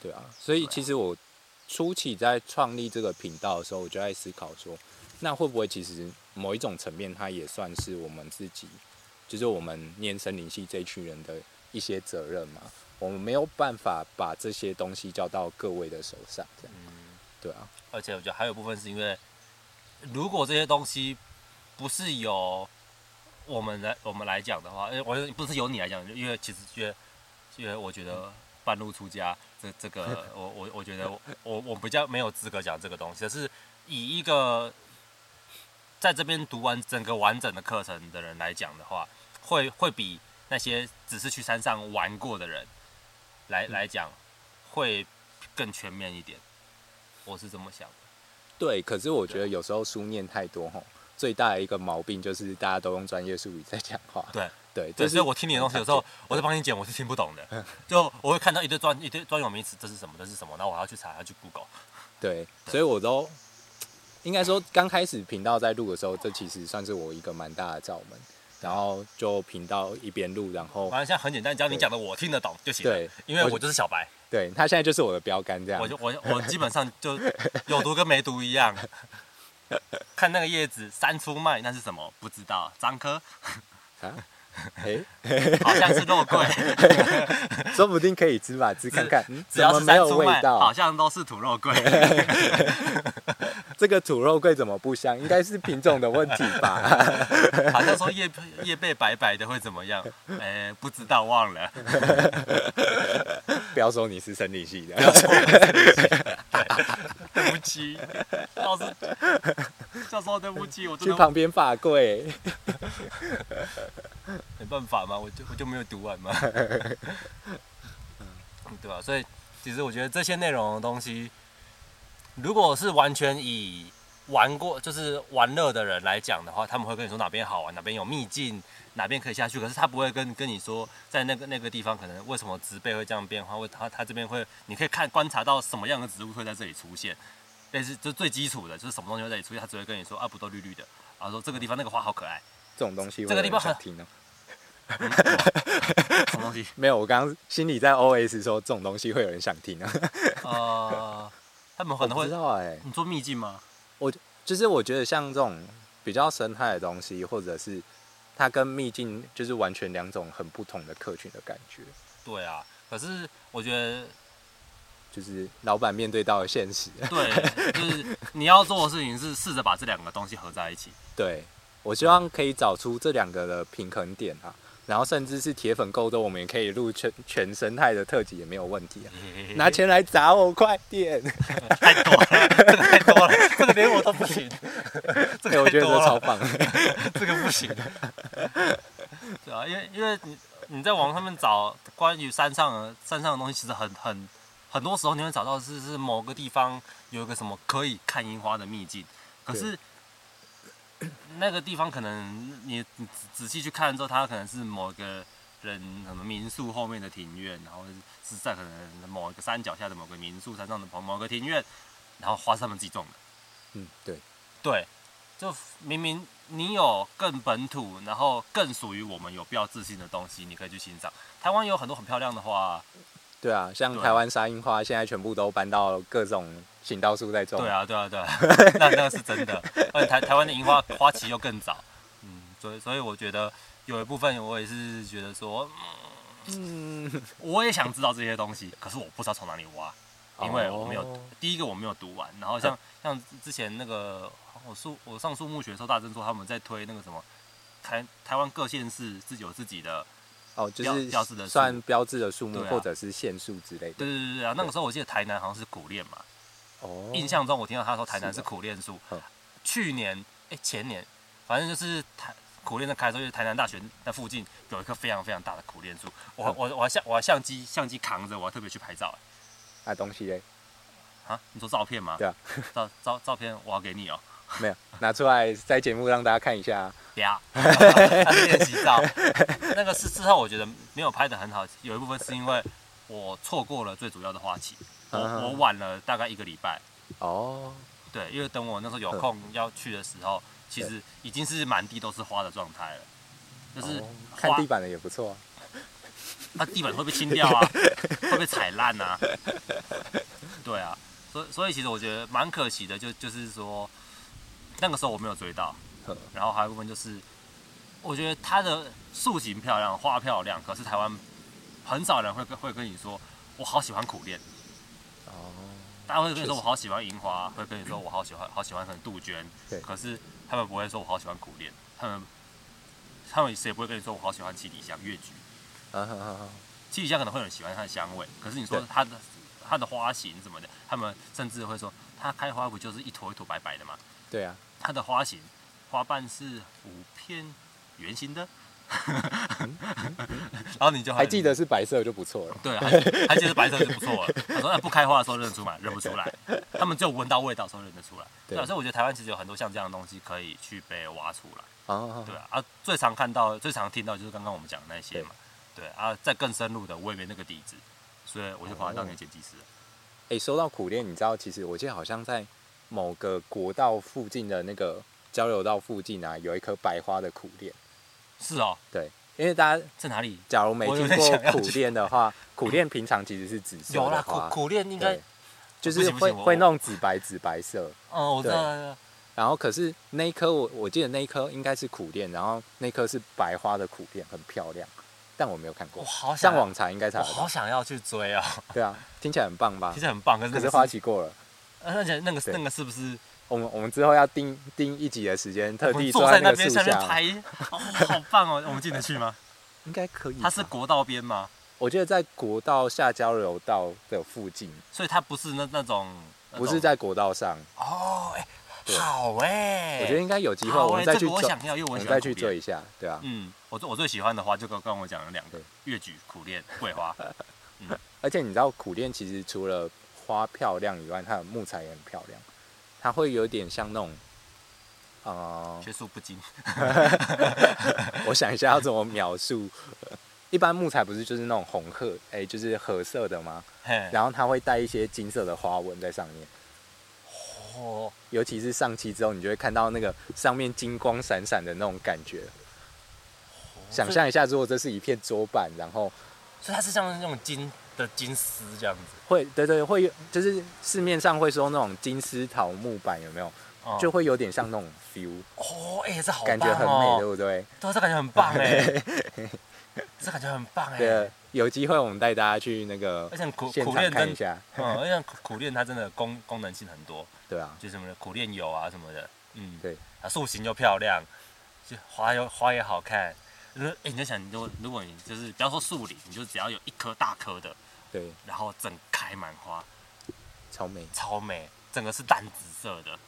Speaker 1: 对啊，所以其实我初期在创立这个频道的时候，我就在思考说，那会不会其实某一种层面，它也算是我们自己，就是我们念森林系这一群人的一些责任嘛？我们没有办法把这些东西交到各位的手上，这样。对啊，
Speaker 2: 而且我觉得还有部分是因为，如果这些东西不是由我们来我们来讲的话，呃，我觉得不是由你来讲，因为其实因为因为我觉得半路出家这这个，我我我觉得我我我比较没有资格讲这个东西，但是以一个在这边读完整个完整的课程的人来讲的话，会会比那些只是去山上玩过的人来来讲会更全面一点，我是这么想的。
Speaker 1: 对。可是我觉得有时候书念太多吼，最大的一个毛病就是大家都用专业术语在讲话。
Speaker 2: 对
Speaker 1: 对，
Speaker 2: 对，
Speaker 1: 这
Speaker 2: 所以
Speaker 1: 是
Speaker 2: 我听你的东西有时候，我在帮你剪，我是听不懂
Speaker 1: 嗯
Speaker 2: 的。就我会看到一堆专一堆专有名词，这是什么，这是什么，然后我还要去查，还要去 Google。
Speaker 1: 对，所以我都应该说，刚开始频道在录的时候，这其实算是我一个蛮大的罩门。然后就频道一边录，然后
Speaker 2: 反正现在很简单，只要你讲的我听得懂就行了。
Speaker 1: 对
Speaker 2: 因为
Speaker 1: 我
Speaker 2: 我就是小白，
Speaker 1: 对他现在就是我的标杆这样
Speaker 2: 我。就我我基本上就有读跟没读一
Speaker 1: (laughs)
Speaker 2: 样。看那个叶子，三出麦那是什么？不知道，樟科
Speaker 1: (laughs) 啊，哎，
Speaker 2: 好像是
Speaker 1: (laughs)
Speaker 2: 肉桂，
Speaker 1: 说不定可以吃吧，吃看看，嗯
Speaker 2: 只
Speaker 1: 怎
Speaker 2: 要
Speaker 1: 么
Speaker 2: 是
Speaker 1: 没
Speaker 2: 三
Speaker 1: 有
Speaker 2: 出
Speaker 1: 味
Speaker 2: 麦，好
Speaker 1: 道？
Speaker 2: 像都是土
Speaker 1: (laughs)
Speaker 2: 肉桂。
Speaker 1: 这个土肉桂怎么不香？应该是品种的问题吧？
Speaker 2: 好像说叶叶背白白的会怎么样？哎、不知道，忘了。
Speaker 1: (laughs) 不要说你是生理系的，
Speaker 2: (laughs) 对不起，老师，教授对不起，我真
Speaker 1: 去
Speaker 2: 的
Speaker 1: 旁边罚跪。
Speaker 2: 没办法嘛，我就我就没有读完嘛，嗯对吧、所以其实我觉得这些内容的东西，如果是完全以玩过就是玩乐的人来讲的话，他们会跟你说哪边好玩，哪边有秘境，哪边可以下去，可是他不会跟跟你说在那个那个地方可能为什么植被会这样变化，或他他这边会，你可以看观察到什么样的植物会在这里出现，类似就最基础的就是什么东西会在这里出现，他只会跟你说啊不都绿绿的，然后说这个地方那个花好可爱，
Speaker 1: 这种东西我
Speaker 2: 这个
Speaker 1: 有
Speaker 2: 地
Speaker 1: 点
Speaker 2: 方
Speaker 1: 想
Speaker 2: 很
Speaker 1: 听哦。
Speaker 2: 嗯哇什么东西？
Speaker 1: 没有，我刚刚心里在 OS 说这种东西会有人想听啊。
Speaker 2: 呃，他们可
Speaker 1: 我 (laughs)
Speaker 2: 能
Speaker 1: 不
Speaker 2: 会
Speaker 1: 知，道哎。
Speaker 2: 你做秘境吗？
Speaker 1: 就是我觉得像这种比较生态的东西，或者是它跟秘境就是完全两种很不同的客群的感觉，
Speaker 2: 对啊，可是我觉 (laughs) 得，
Speaker 1: 就是老板面对到的现实。 (laughs)
Speaker 2: 对，就是你要做的事情是试着把这两个东西合在一起。 (laughs)
Speaker 1: 对我希望可以找出这两个的平衡点啊，然后甚至是铁粉够多，我们也可以录全全生态的特辑也没有问
Speaker 2: (laughs)
Speaker 1: 题啊。拿钱来砸我，快点！ (laughs)
Speaker 2: 太多了，这个太多了，这个连我都不 (laughs) 行，
Speaker 1: 对，
Speaker 2: 这个
Speaker 1: 哎我
Speaker 2: 太
Speaker 1: 觉得
Speaker 2: 多
Speaker 1: 这超
Speaker 2: 了，
Speaker 1: 棒。
Speaker 2: (laughs) 这个不行。 (laughs) 对啊，因为因为你你在网上面找关于山上的山上的东西，其实很很很多时候你会找到是是某个地方有一个什么可以看樱花的秘境，可是 (coughs) 那个地方可能你你仔仔细去看之后，它可能是某个人什么民宿后面的庭院，然后是在可能某一个山脚下的某个民宿山上的某某个庭院，然后花是他们自己种的。
Speaker 1: (laughs) 嗯，对，
Speaker 2: 对，就明明你有更本土，然后更属于我们有必要自信的东西，你可以去欣赏。台湾有很多很漂亮的花，
Speaker 1: 对啊，像
Speaker 2: 对
Speaker 1: 台湾沙樱花现在全部都搬到各种行道树在种。
Speaker 2: 对啊，对啊，对 (laughs) 啊，那那个是真的。而且台台湾的樱花花期又更早，嗯，所以所以我觉得有一部分我也是觉得说，
Speaker 1: 嗯，
Speaker 2: 我也想知道这些东西，可是我不知道从哪里挖，因为我没
Speaker 1: (laughs)
Speaker 2: 有、
Speaker 1: 哦
Speaker 2: 第一个我没有读完，然后像像之前那个我树我上树木学的时候，大正说他们在推那个什么台台湾各县市自己有自己的
Speaker 1: 哦，就
Speaker 2: 标
Speaker 1: 是
Speaker 2: 标志的树
Speaker 1: 算标志的树木、
Speaker 2: 对啊
Speaker 1: 或者是限树之类的。
Speaker 2: 对对对对啊！那个时候我记得台南好像是苦练嘛，
Speaker 1: 哦，
Speaker 2: 印象中我听到他说台南
Speaker 1: 是
Speaker 2: 是
Speaker 1: 哦
Speaker 2: 苦练树
Speaker 1: 嗯。
Speaker 2: 去年哎、诶前年，反正就是台苦练的开的时候，就是台南大学那附近有一棵非常非常大的苦练树，我
Speaker 1: 嗯
Speaker 2: 我我还相我还相机相机扛着，我还特别去拍照、
Speaker 1: 啊东西嘞，
Speaker 2: 啊，你说照片吗？
Speaker 1: 对啊，
Speaker 2: 照照照片我要给你哦、
Speaker 1: 没有拿出来在节目让大家看一下。啊
Speaker 2: 不要，他是练习照。那个是事后我觉得没有拍的很好，有一部分是因为我错过了最主要的花期，我
Speaker 1: 嗯
Speaker 2: 我晚了大概一个礼拜，
Speaker 1: 哦，
Speaker 2: 对，因为等我那时候有空要去的时候，其实已经是满地都是花的状态了， (laughs) 就是
Speaker 1: 哦
Speaker 2: 花
Speaker 1: 看地板的也不错啊。
Speaker 2: 那地板会被清掉
Speaker 1: (laughs)
Speaker 2: 啊，会被踩烂啊。对啊，所以所以其实我觉得蛮可惜的，就就是说那个时候我没有追到
Speaker 1: 嗯，
Speaker 2: 然后还有一部分就是，我觉得它的塑形漂亮，花漂亮，可是台湾很少人会跟会跟你说我好喜欢苦练，
Speaker 1: 哦，
Speaker 2: 大家会跟你
Speaker 1: 确
Speaker 2: 说
Speaker 1: 实
Speaker 2: 我好喜欢樱花，会跟你说我好喜欢好喜欢可能杜鹃
Speaker 1: 对，
Speaker 2: 可是他们不会说我好喜欢苦练，他们他们谁也不会跟你说我好喜欢七里香越菊。
Speaker 1: 啊哈哈哈，
Speaker 2: 七里香可能会有人喜欢它的香味，可是你说
Speaker 1: 对
Speaker 2: 它的它的花型什么的，他们甚至会说它开花不就是一坨一坨白白的吗？
Speaker 1: 对啊，
Speaker 2: 它的花型花瓣是五片圆形的，然后你就
Speaker 1: 嗯还记得是白色就不错了。
Speaker 2: 对，还记还记得白色就不错了。他说那不开花的时候认得
Speaker 1: (laughs)
Speaker 2: 出吗？认不出来，他们只有闻到味道的时候认得出来。
Speaker 1: 对
Speaker 2: 对啊，所以我觉得台湾其实有很多像这样的东西可以去被挖出来。
Speaker 1: 啊，
Speaker 2: 对啊，啊，最常看到、最常听到就是刚刚我们讲的那些嘛。对啊，再更深入的，我也没那个底子，所以我就跑来当你的剪辑师了。
Speaker 1: 哎、说到苦练，你知道，其实我记得好像在某个国道附近的那个交流道附近啊，有一棵白花的苦练。
Speaker 2: 是哦，
Speaker 1: 对，因为大家
Speaker 2: 在哪里？
Speaker 1: 假如没
Speaker 2: 我有
Speaker 1: 听
Speaker 2: 点
Speaker 1: 过
Speaker 2: 想要
Speaker 1: 苦
Speaker 2: 去
Speaker 1: 练的话，苦练平常其实是紫色
Speaker 2: 有啦，
Speaker 1: 的
Speaker 2: 苦
Speaker 1: 花，
Speaker 2: 苦练应该
Speaker 1: 对，，就
Speaker 2: 不
Speaker 1: 是
Speaker 2: 行不
Speaker 1: 会
Speaker 2: 行我
Speaker 1: 会弄紫白紫白色。
Speaker 2: 嗯，我知道。
Speaker 1: 然后可是那一颗我我记得那一颗应该是苦练，然后那颗是白花的苦练，很漂亮，但我没有看
Speaker 2: 我
Speaker 1: 过。
Speaker 2: 好想
Speaker 1: 上，网查应该查
Speaker 2: 我
Speaker 1: 得到
Speaker 2: 好。想要去追哦。
Speaker 1: 对啊，听起来很棒吧
Speaker 2: 其？实很棒，可是
Speaker 1: 可
Speaker 2: 那
Speaker 1: 是
Speaker 2: 个
Speaker 1: 花
Speaker 2: 是，
Speaker 1: 期过了，
Speaker 2: 呃而且那个
Speaker 1: 对
Speaker 2: 那个是不是
Speaker 1: 我们我们之后要定定一集的时间，特
Speaker 2: 我
Speaker 1: 地
Speaker 2: 们
Speaker 1: 坐
Speaker 2: 坐在
Speaker 1: 那
Speaker 2: 那
Speaker 1: 个
Speaker 2: 边
Speaker 1: 树
Speaker 2: 下面
Speaker 1: 下，
Speaker 2: 拍？哦好棒哦！我们进得
Speaker 1: (laughs)
Speaker 2: 去吗？
Speaker 1: 应该可以吧。
Speaker 2: 它是国道边吗？
Speaker 1: 我记得在国道下交流道的附近，
Speaker 2: 所以它不是那那种，那
Speaker 1: 不
Speaker 2: 种
Speaker 1: 是在国道上。
Speaker 2: 哦，哎、
Speaker 1: 对
Speaker 2: 好哎、
Speaker 1: 我觉得应该有机会，
Speaker 2: 好
Speaker 1: 我
Speaker 2: 欸
Speaker 1: 们再
Speaker 2: 这
Speaker 1: 去
Speaker 2: 个我
Speaker 1: 走
Speaker 2: 想要，因为我
Speaker 1: 我
Speaker 2: 很
Speaker 1: 们
Speaker 2: 喜
Speaker 1: 再
Speaker 2: 欢苦
Speaker 1: 去
Speaker 2: 练。
Speaker 1: 追一下，对啊。
Speaker 2: 嗯，我最我最喜欢的花就刚刚我讲的两个
Speaker 1: 对，
Speaker 2: 越菊、苦练、桂
Speaker 1: (laughs)
Speaker 2: 花。
Speaker 1: 而且你知道，苦练其实除了花漂亮以外，它的木材也很漂亮，它会有点像那种，呃，
Speaker 2: 学术
Speaker 1: (laughs)
Speaker 2: 不精，
Speaker 1: 我想一下要怎么描述。 (laughs) 一般木材不是就是那种红褐，哎、就是褐色的吗？
Speaker 2: 嘿，
Speaker 1: 然后它会带一些金色的花纹在上面，
Speaker 2: 哦，
Speaker 1: 尤其是上漆之后，你就会看到那个上面金光闪闪的那种感觉。想象一下，如果这是一片桌板，然后
Speaker 2: 所以它是像那种金的金丝这样子，
Speaker 1: 会，对对，会有就是市面上会说那种金丝桃木板有没有？
Speaker 2: 哦
Speaker 1: 就会有点像那种 feel，
Speaker 2: 哦，哎、这好棒哦，
Speaker 1: 感觉很美，对不对？
Speaker 2: 对，这感觉很棒
Speaker 1: (laughs)
Speaker 2: 哎、这感觉很棒哎、
Speaker 1: 对，有机会我们带大家去那个
Speaker 2: 而且苦
Speaker 1: 现
Speaker 2: 苦
Speaker 1: 场
Speaker 2: 练
Speaker 1: 看一
Speaker 2: 真，
Speaker 1: 下，
Speaker 2: 嗯，而且苦苦练它真的功功能性很多，
Speaker 1: 对啊，
Speaker 2: 就什么苦练油啊什么的，嗯，
Speaker 1: 对，
Speaker 2: 啊，塑形又漂亮，就花又花也好看。如果哎、你在想，如果如果你就是不要说树林，你就只要有一棵大棵的，
Speaker 1: 对，
Speaker 2: 然后整开满花，
Speaker 1: 超美。
Speaker 2: 超美，整个是淡紫色的。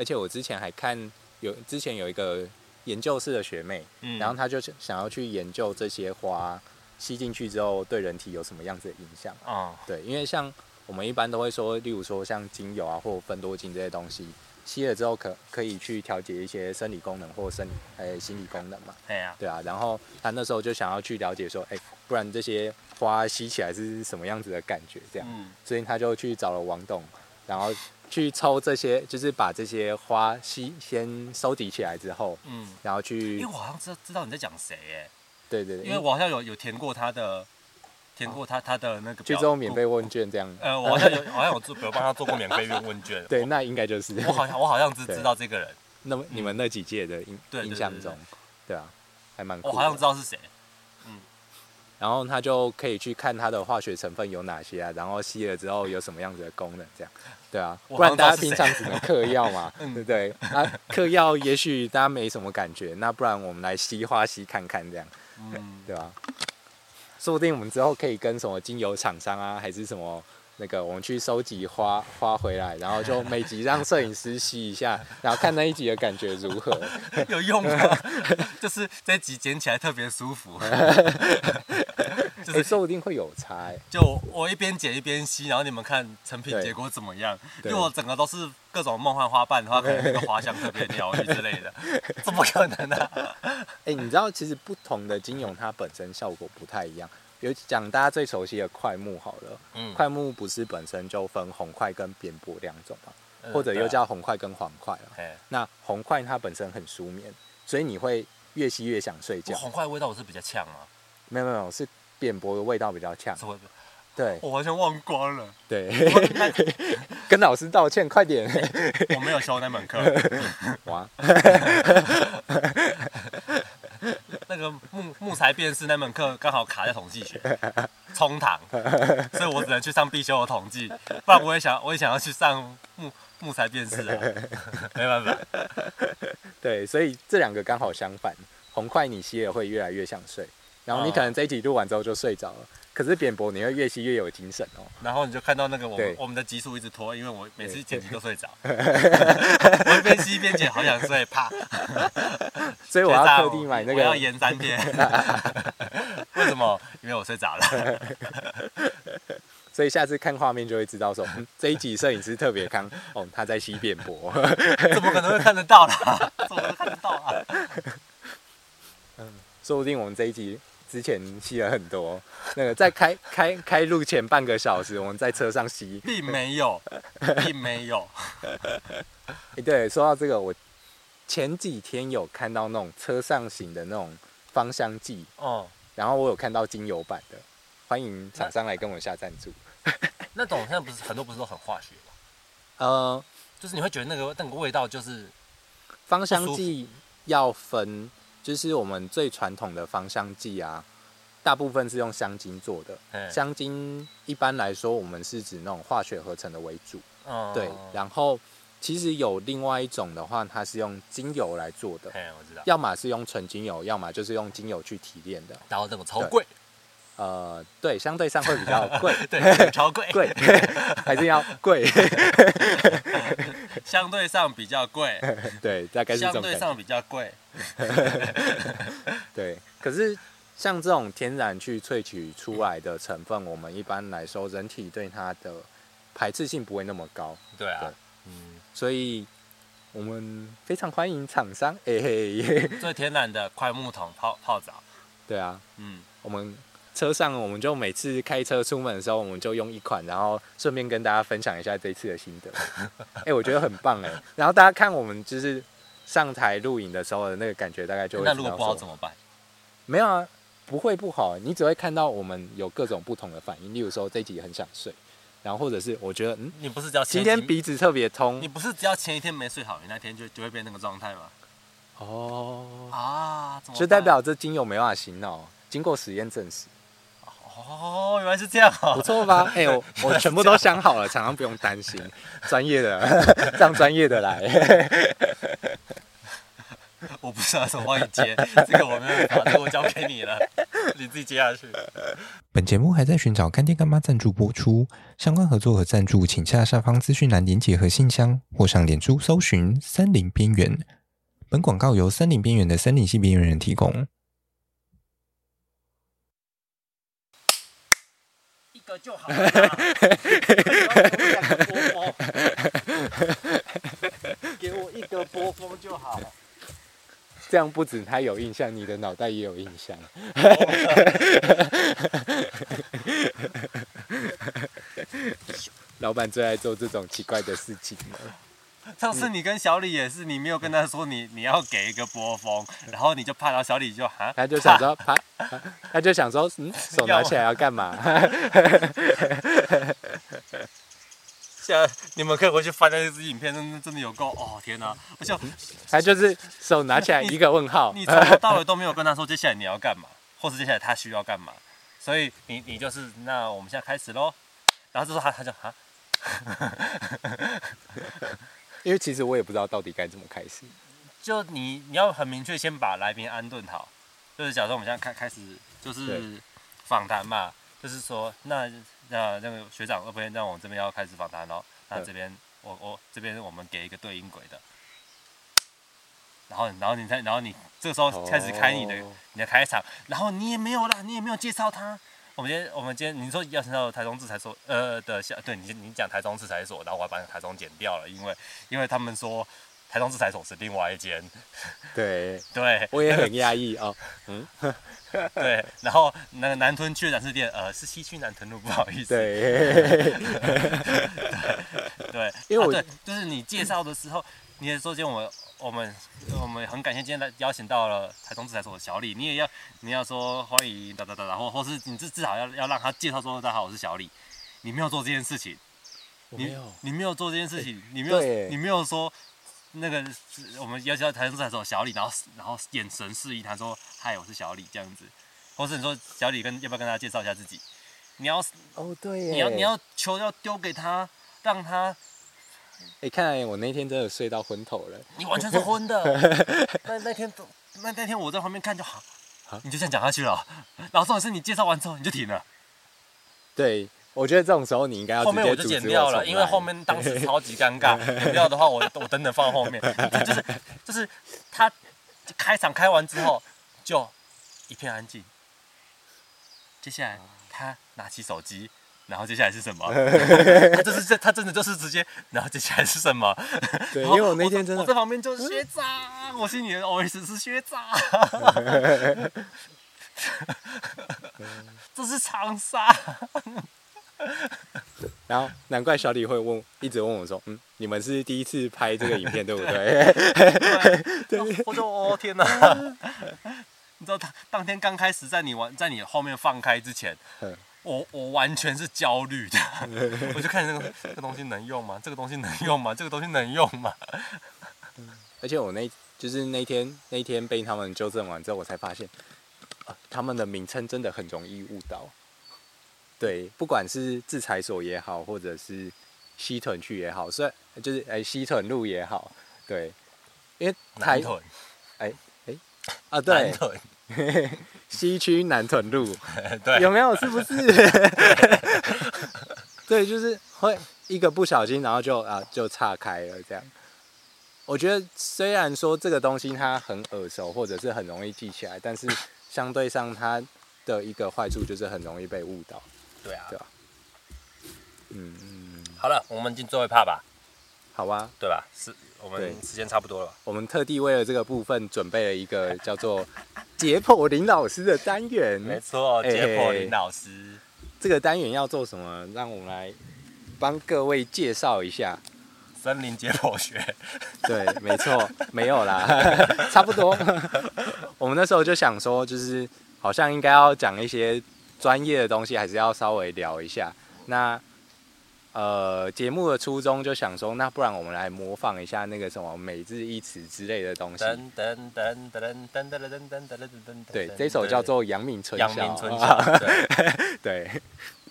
Speaker 1: 而且我之前还看有之前有一个研究室的学妹，
Speaker 2: 嗯
Speaker 1: 然后她就想要去研究这些花吸进去之后对人体有什么样子的影响。
Speaker 2: 嗯，
Speaker 1: 对，因为像我们一般都会说，例如说像精油啊或芬多精这些东西，吸了之后可可以去调节一些生理功能或生理呃心理功能嘛，
Speaker 2: 哎呀、
Speaker 1: 对啊。然后他那时候就想要去了解说，哎、不然这些花吸起来是什么样子的感觉这样，
Speaker 2: 嗯，
Speaker 1: 所以他就去找了王董，然后去抽这些，就是把这些花吸先收集起来之后，
Speaker 2: 嗯，
Speaker 1: 然后
Speaker 2: 因
Speaker 1: 去
Speaker 2: 为我好像知道知道你在讲谁哎，
Speaker 1: 对对对，
Speaker 2: 因为我好像有有填过他的，填过他他的那个
Speaker 1: 去
Speaker 2: 表
Speaker 1: 做免费问卷这样，
Speaker 2: 呃，我好像有好像有做，有帮他做过免费问卷。
Speaker 1: (laughs) 对，那应该就是
Speaker 2: 我好像我好像只
Speaker 1: 对
Speaker 2: 知道这个人，
Speaker 1: (laughs) 那么你们那几届的印
Speaker 2: 对对
Speaker 1: 印
Speaker 2: 对
Speaker 1: 象
Speaker 2: 对
Speaker 1: 中，对啊，还蛮酷
Speaker 2: 我
Speaker 1: 的。
Speaker 2: 好像知道是谁。
Speaker 1: 然后他就可以去看它的化学成分有哪些啊，然后吸了之后有什么样子的功能，这样，对啊，
Speaker 2: 我
Speaker 1: 不然
Speaker 2: 好像知道
Speaker 1: 大家平常
Speaker 2: 是嗯
Speaker 1: 只能嗑药
Speaker 2: (laughs)
Speaker 1: 嘛，对不对？啊，嗑药也许大家没什么感觉，那不然我们来吸花吸看看，这样，
Speaker 2: 嗯，
Speaker 1: 对吧、说不定我们之后可以跟什么精油厂商啊，还是什么那个，我们去收集花花回来，然后就每集让摄影师吸一下，然后看那一集的感觉如何。
Speaker 2: (laughs) 有用吗？就是这一集剪起来特别舒
Speaker 1: (laughs)
Speaker 2: 服，就
Speaker 1: 哎、
Speaker 2: 是
Speaker 1: 说不定会有差、欸，
Speaker 2: 就我我一边剪一边吸，然后你们看成品
Speaker 1: 对
Speaker 2: 结果怎么样。
Speaker 1: 对
Speaker 2: 如果整个都是各种梦幻花瓣的话，可能那个花香特别疗愈之类
Speaker 1: (laughs)
Speaker 2: 的，怎么可能啊？
Speaker 1: 哎、你知道其实不同的精油它本身效果不太一样。有讲大家最熟悉的快木好了，
Speaker 2: 嗯
Speaker 1: 快木不是本身就分红块跟扁柏两种嘛？
Speaker 2: 嗯
Speaker 1: 或者
Speaker 2: 对啊
Speaker 1: 又叫红块跟黄块啊。
Speaker 2: 哎，
Speaker 1: 那红块它本身很舒眠，所以你会越吸越想睡
Speaker 2: 不
Speaker 1: 觉
Speaker 2: 过。红块的味道我是比较呛啊，
Speaker 1: 没有没有，是扁薄的味道比较强
Speaker 2: 是。会，
Speaker 1: 对
Speaker 2: 我完全忘光
Speaker 1: (laughs)
Speaker 2: 了，
Speaker 1: 对，
Speaker 2: 我那
Speaker 1: 跟老师道歉，快
Speaker 2: (laughs)
Speaker 1: 点！
Speaker 2: 我没有修那门课，
Speaker 1: 哇，
Speaker 2: 那个木木材辨识那门课刚好卡在统计学，冲堂，所以我只能去上必修的统计，不然我也想我也想要去上木木材辨识
Speaker 1: (laughs)
Speaker 2: 啊，没办法，
Speaker 1: 对，所以这两个刚好相反，红块你吸了会越来越想睡，然后你
Speaker 2: 哦
Speaker 1: 可能这一集录完之后就睡着了，可是扁薄你会越吸越有精神哦。
Speaker 2: 然后你就看到那个我们
Speaker 1: 对
Speaker 2: 我们的集数一直拖，因为我每次剪辑都睡着， (laughs) 我一边吸一边剪，好想睡，
Speaker 1: (laughs)
Speaker 2: 啪，
Speaker 1: 所以我
Speaker 2: 学
Speaker 1: 要
Speaker 2: 长
Speaker 1: 特地买那
Speaker 2: 我要
Speaker 1: 个，
Speaker 2: 延
Speaker 1: (laughs)
Speaker 2: 三天，为什么？因为我睡着了。 (laughs)
Speaker 1: 所以下次看画面就会知道说，嗯这一集摄影师特别康哦，他在吸扁薄。
Speaker 2: 怎么可能会看得到啦？ (laughs) 怎么会看得到啊啦？
Speaker 1: (laughs) 说不定我们这一集之前吸了很多，那个在开开开录前半个小时，我们在车上吸。
Speaker 2: 并没有，并没有。
Speaker 1: 诶对，说到这个，我前几天有看到那种车上型的那种芳香剂，
Speaker 2: 哦，
Speaker 1: 然后我有看到精油版的，欢迎厂商来跟我下赞助。
Speaker 2: 那种现在不是很多不是都很化学吗？
Speaker 1: 呃，
Speaker 2: 就是你会觉得那个那个味道就是
Speaker 1: 芳香剂要分，就是我们最传统的芳香剂啊，大部分是用香精做的。
Speaker 2: 嗯
Speaker 1: 香精一般来说，我们是指那种化学合成的为主。
Speaker 2: 嗯
Speaker 1: 对，然后其实有另外一种的话，它是用精油来做的，
Speaker 2: 嘿，我知道。
Speaker 1: 要么是用纯精油，要么就是用精油去提炼的。
Speaker 2: 然后那种超贵，，
Speaker 1: 呃，对，相对上会比较贵
Speaker 2: 对，超贵，
Speaker 1: 贵， (laughs) 还是要贵， (laughs)
Speaker 2: 相对上比较
Speaker 1: (laughs)
Speaker 2: 贵，
Speaker 1: 对，大概是这
Speaker 2: 相
Speaker 1: 种
Speaker 2: 对
Speaker 1: 感觉。
Speaker 2: 上比较贵。
Speaker 1: 对，可是像这种天然去萃取
Speaker 2: 嗯
Speaker 1: 出来的成分，我们一般来说，人体对它的排斥性不会那么高，
Speaker 2: 对啊
Speaker 1: 对，
Speaker 2: 嗯，
Speaker 1: 所以我们非常欢迎厂商，哎嘿，
Speaker 2: 最天然的快木桶泡泡澡，
Speaker 1: 对啊，
Speaker 2: 嗯，
Speaker 1: 我们车上，我们就每次开车出门的时候，我们就用一款，然后顺便跟大家分享一下这一次的心
Speaker 2: (laughs)
Speaker 1: 得。哎、我觉得很棒哎。然后大家看我们就是上台录影的时候的那个感觉，大概就会
Speaker 2: 那
Speaker 1: 知
Speaker 2: 如
Speaker 1: 道
Speaker 2: 果不好
Speaker 1: 说
Speaker 2: 怎么办？
Speaker 1: 没有啊，不会不好，你只会看到我们有各种不同的反应。例如说这一集很想睡，然后或者是我觉得嗯，
Speaker 2: 你不是只要前
Speaker 1: 今
Speaker 2: 一
Speaker 1: 天鼻子特别通
Speaker 2: 你不是只要前一天没睡好，你那天就就会变那个状态吗？
Speaker 1: 哦，
Speaker 2: 啊，怎么
Speaker 1: 就代
Speaker 2: 办
Speaker 1: 表这精油没办法洗脑，经过实验证实，
Speaker 2: 哦，原来是这样 (laughs) 啊
Speaker 1: 不！错吧？哎、我 (laughs) 我全部都想好了，厂商不用担心，专业 (laughs) 的让专业的来。 (laughs)
Speaker 2: 我不知道怎么帮你接， (laughs) 这个我没有办法，这个我交给
Speaker 1: (laughs)
Speaker 2: 你了，你自己接下去。
Speaker 3: 本节目还在寻找干爹干妈赞助播出，相关合作和赞助，请下下方资讯栏连结和信箱，或上脸书搜寻“森林边缘”。本广告由森林边缘的森林系边缘人提供。
Speaker 2: 一个就好了啦，两个波峰，
Speaker 1: (laughs)
Speaker 2: 给我一个波峰就好了。
Speaker 1: 这样不止他有印象，你的脑袋也有印象。哦 (laughs) 老板最爱做这种奇怪的事情了。
Speaker 2: 上次你跟小李也是，你没有跟他说你你要给一个波峰，然后你就怕，然后小李就哈，
Speaker 1: 他就想说，啪，啪他就想说，嗯，手拿起来要干嘛？ (laughs)
Speaker 2: 现在你们可以回去翻那支影片，真的真的有够哦！天哪，我就
Speaker 1: 他就是手拿起来一个问号。
Speaker 2: 你从头到尾都没有跟他说接下来你要干嘛，或是接下来他需要干嘛，所以你你就是那我们现在开始喽。然后这时候他他就啊，
Speaker 1: 因为其实我也不知道到底该怎么开始。
Speaker 2: 就你你要很明确先把来宾安顿好，就是假设我们现在开开始就是
Speaker 1: 对
Speaker 2: 访谈嘛，就是说那呃那那个学长，要不然让我这边要开始访谈喽，那
Speaker 1: 对
Speaker 2: 这边我我这边我们给一个对应轨的。然后，然后你再，然后你这时候开始开你的、
Speaker 1: 哦
Speaker 2: 你的开场，然后你也没有啦，你也没有介绍他。我们今天，我们今天，你说要听到台中制裁所，呃的下，对你你讲台中制裁所，然后我还把台中剪掉了，因为因为他们说台中制裁所是另外一间，
Speaker 1: 对，
Speaker 2: 对
Speaker 1: 我也很压抑哦。
Speaker 2: 对，然后那个南屯区的展示店，呃，是西区南屯路，不好意思，
Speaker 1: 对，
Speaker 2: 对，
Speaker 1: 因为我
Speaker 2: 啊、对就是你介绍的时候，你也说今天我们我们我们很感谢今天来邀请到了台中制裁所的小李，你也要你要说欢迎哒哒哒，然后或是你至至少要要让他介绍说大家好，我是小李，你没有做这件事情，
Speaker 1: 我
Speaker 2: (laughs) 你
Speaker 1: 没有，哎
Speaker 2: 你没有做这件事情，你没有
Speaker 1: 对耶
Speaker 2: 你没有说那个我们邀请到台中制裁所的小李，然后然后眼神示意他说嗨，我是小李这样子，或是你说小李跟要不要跟大家介绍一下自己，你要
Speaker 1: 哦对耶，
Speaker 2: 你要你要球要丢给他，让他。
Speaker 1: 哎，看来我那天真的睡到昏头了。
Speaker 2: 你完全是昏
Speaker 1: (laughs)
Speaker 2: 的。那那天那那天我在旁边看就好
Speaker 1: 啊，
Speaker 2: 你就这样讲下去了。然后重点是你介绍完之后你就停了，
Speaker 1: 对，我觉得这种时候你应该要
Speaker 2: 后
Speaker 1: 啊直
Speaker 2: 面
Speaker 1: 接
Speaker 2: 我就
Speaker 1: 阻
Speaker 2: 剪
Speaker 1: 止
Speaker 2: 掉
Speaker 1: 重
Speaker 2: 了，
Speaker 1: 来
Speaker 2: 因为后面
Speaker 1: (laughs)
Speaker 2: 当时超级尴尬。剪掉的话我我等等放后面，就是就是他开场开完之后就一片安静。接下来他拿起手机。然后接下来是什么？ (laughs) 他就是这，他真的就是直接，然后接下来是什么？
Speaker 1: 对，
Speaker 2: 然
Speaker 1: 因为
Speaker 2: 后
Speaker 1: 我那天真
Speaker 2: 我在
Speaker 1: 的，
Speaker 2: 旁边就是学长，我心里的 OS 是学长，这是长沙。
Speaker 1: 然后难怪小李会问，一直问我说，嗯，你们是第一次拍这个影片对不对？
Speaker 2: 对，我就哦天哪！ (laughs) 你知道他当天刚开始在你玩在你后面放开之前
Speaker 1: 嗯，
Speaker 2: 我我完全是焦虑的， (laughs) 我就看那个这个东西能用吗？这个东西能用吗？这个东西能用吗？
Speaker 1: 而且我那就是那天那天被他们纠正完之后，我才发现、呃他们的名称真的很容易误导。对，不管是制裁所也好，或者是西屯区也好，虽然就是哎、西屯路也好，对，因为台
Speaker 2: 南屯，
Speaker 1: 啊
Speaker 2: 南
Speaker 1: 对
Speaker 2: 屯，
Speaker 1: 西区南屯路，
Speaker 2: (laughs) 对
Speaker 1: 有没有？是不是？
Speaker 2: (laughs)
Speaker 1: 对，就是会一个不小心，然后就啊就岔开了这样。我觉得虽然说这个东西它很耳熟，或者是很容易记起来，但是相对上它的一个坏处就是很容易被误导。
Speaker 2: 对啊
Speaker 1: 对。嗯嗯，
Speaker 2: 好了，我们进最后一趴吧，
Speaker 1: 好吧，
Speaker 2: 对吧？是我们
Speaker 1: 对
Speaker 2: 时间差不多了吧？
Speaker 1: 我们特地为了这个部分准备了一个叫做“解剖林老师”的单
Speaker 2: 没
Speaker 1: 元。
Speaker 2: 错，
Speaker 1: 哎
Speaker 2: 解剖林老师。
Speaker 1: 这个单元要做什么？让我们来帮各位介绍一下。
Speaker 2: 森林解剖学，
Speaker 1: 对，没错，没有啦， (laughs) 差不多。我们那时候就想说，就是好像应该要讲一些专业的东西，还是要稍微聊一下。那呃，节目的初衷就想说，那不然我们来模仿一下那个什么每日一词之类的东西。
Speaker 2: 噔噔噔噔噔噔噔噔噔噔噔噔。
Speaker 1: 对，这首叫做《阳明春
Speaker 2: 《
Speaker 1: 晓
Speaker 2: 阳》。明春
Speaker 1: (laughs)
Speaker 2: 晓》
Speaker 1: 啊
Speaker 2: 对。
Speaker 1: 对，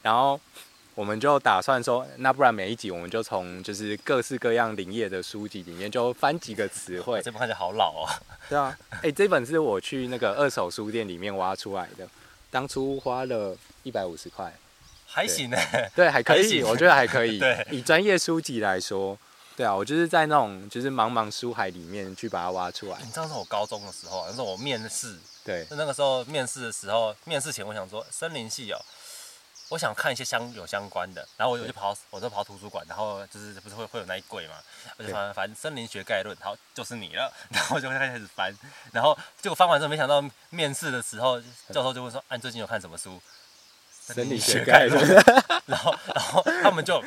Speaker 1: 然后我们就打算说，那不然每一集我们就从就是各式各样林业的书籍里面就翻几个词汇，
Speaker 2: 这本看起来好老哦。
Speaker 1: 对啊，哎、这本是我去那个二手书店里面挖出来的，当初花了一百五十块，
Speaker 2: 还行呢。
Speaker 1: 对，还可
Speaker 2: 哎还
Speaker 1: 以，
Speaker 2: 行
Speaker 1: 我觉得还可以。
Speaker 2: (laughs) 对
Speaker 1: 以专业书籍来说，对啊，我就是在那种就是茫茫书海里面去把它挖出来
Speaker 2: 你。知道是我高中的时候啊，那时候我面试，
Speaker 1: 对，
Speaker 2: 那个时候面试的时候，面试前我想说森林系哦，我想看一些相有相关的，然后我我就跑，我就跑图书馆，然后就是不是会会有那一柜嘛，我就
Speaker 1: 对
Speaker 2: 翻翻《森林学概论》，好就是你了， (laughs) 然后我就开始翻，然后结果翻完之后，没想到面试的时候，教授就问说，啊，你最近有看什么书？
Speaker 1: 生理学概论，
Speaker 2: (laughs) 然后然后他们就，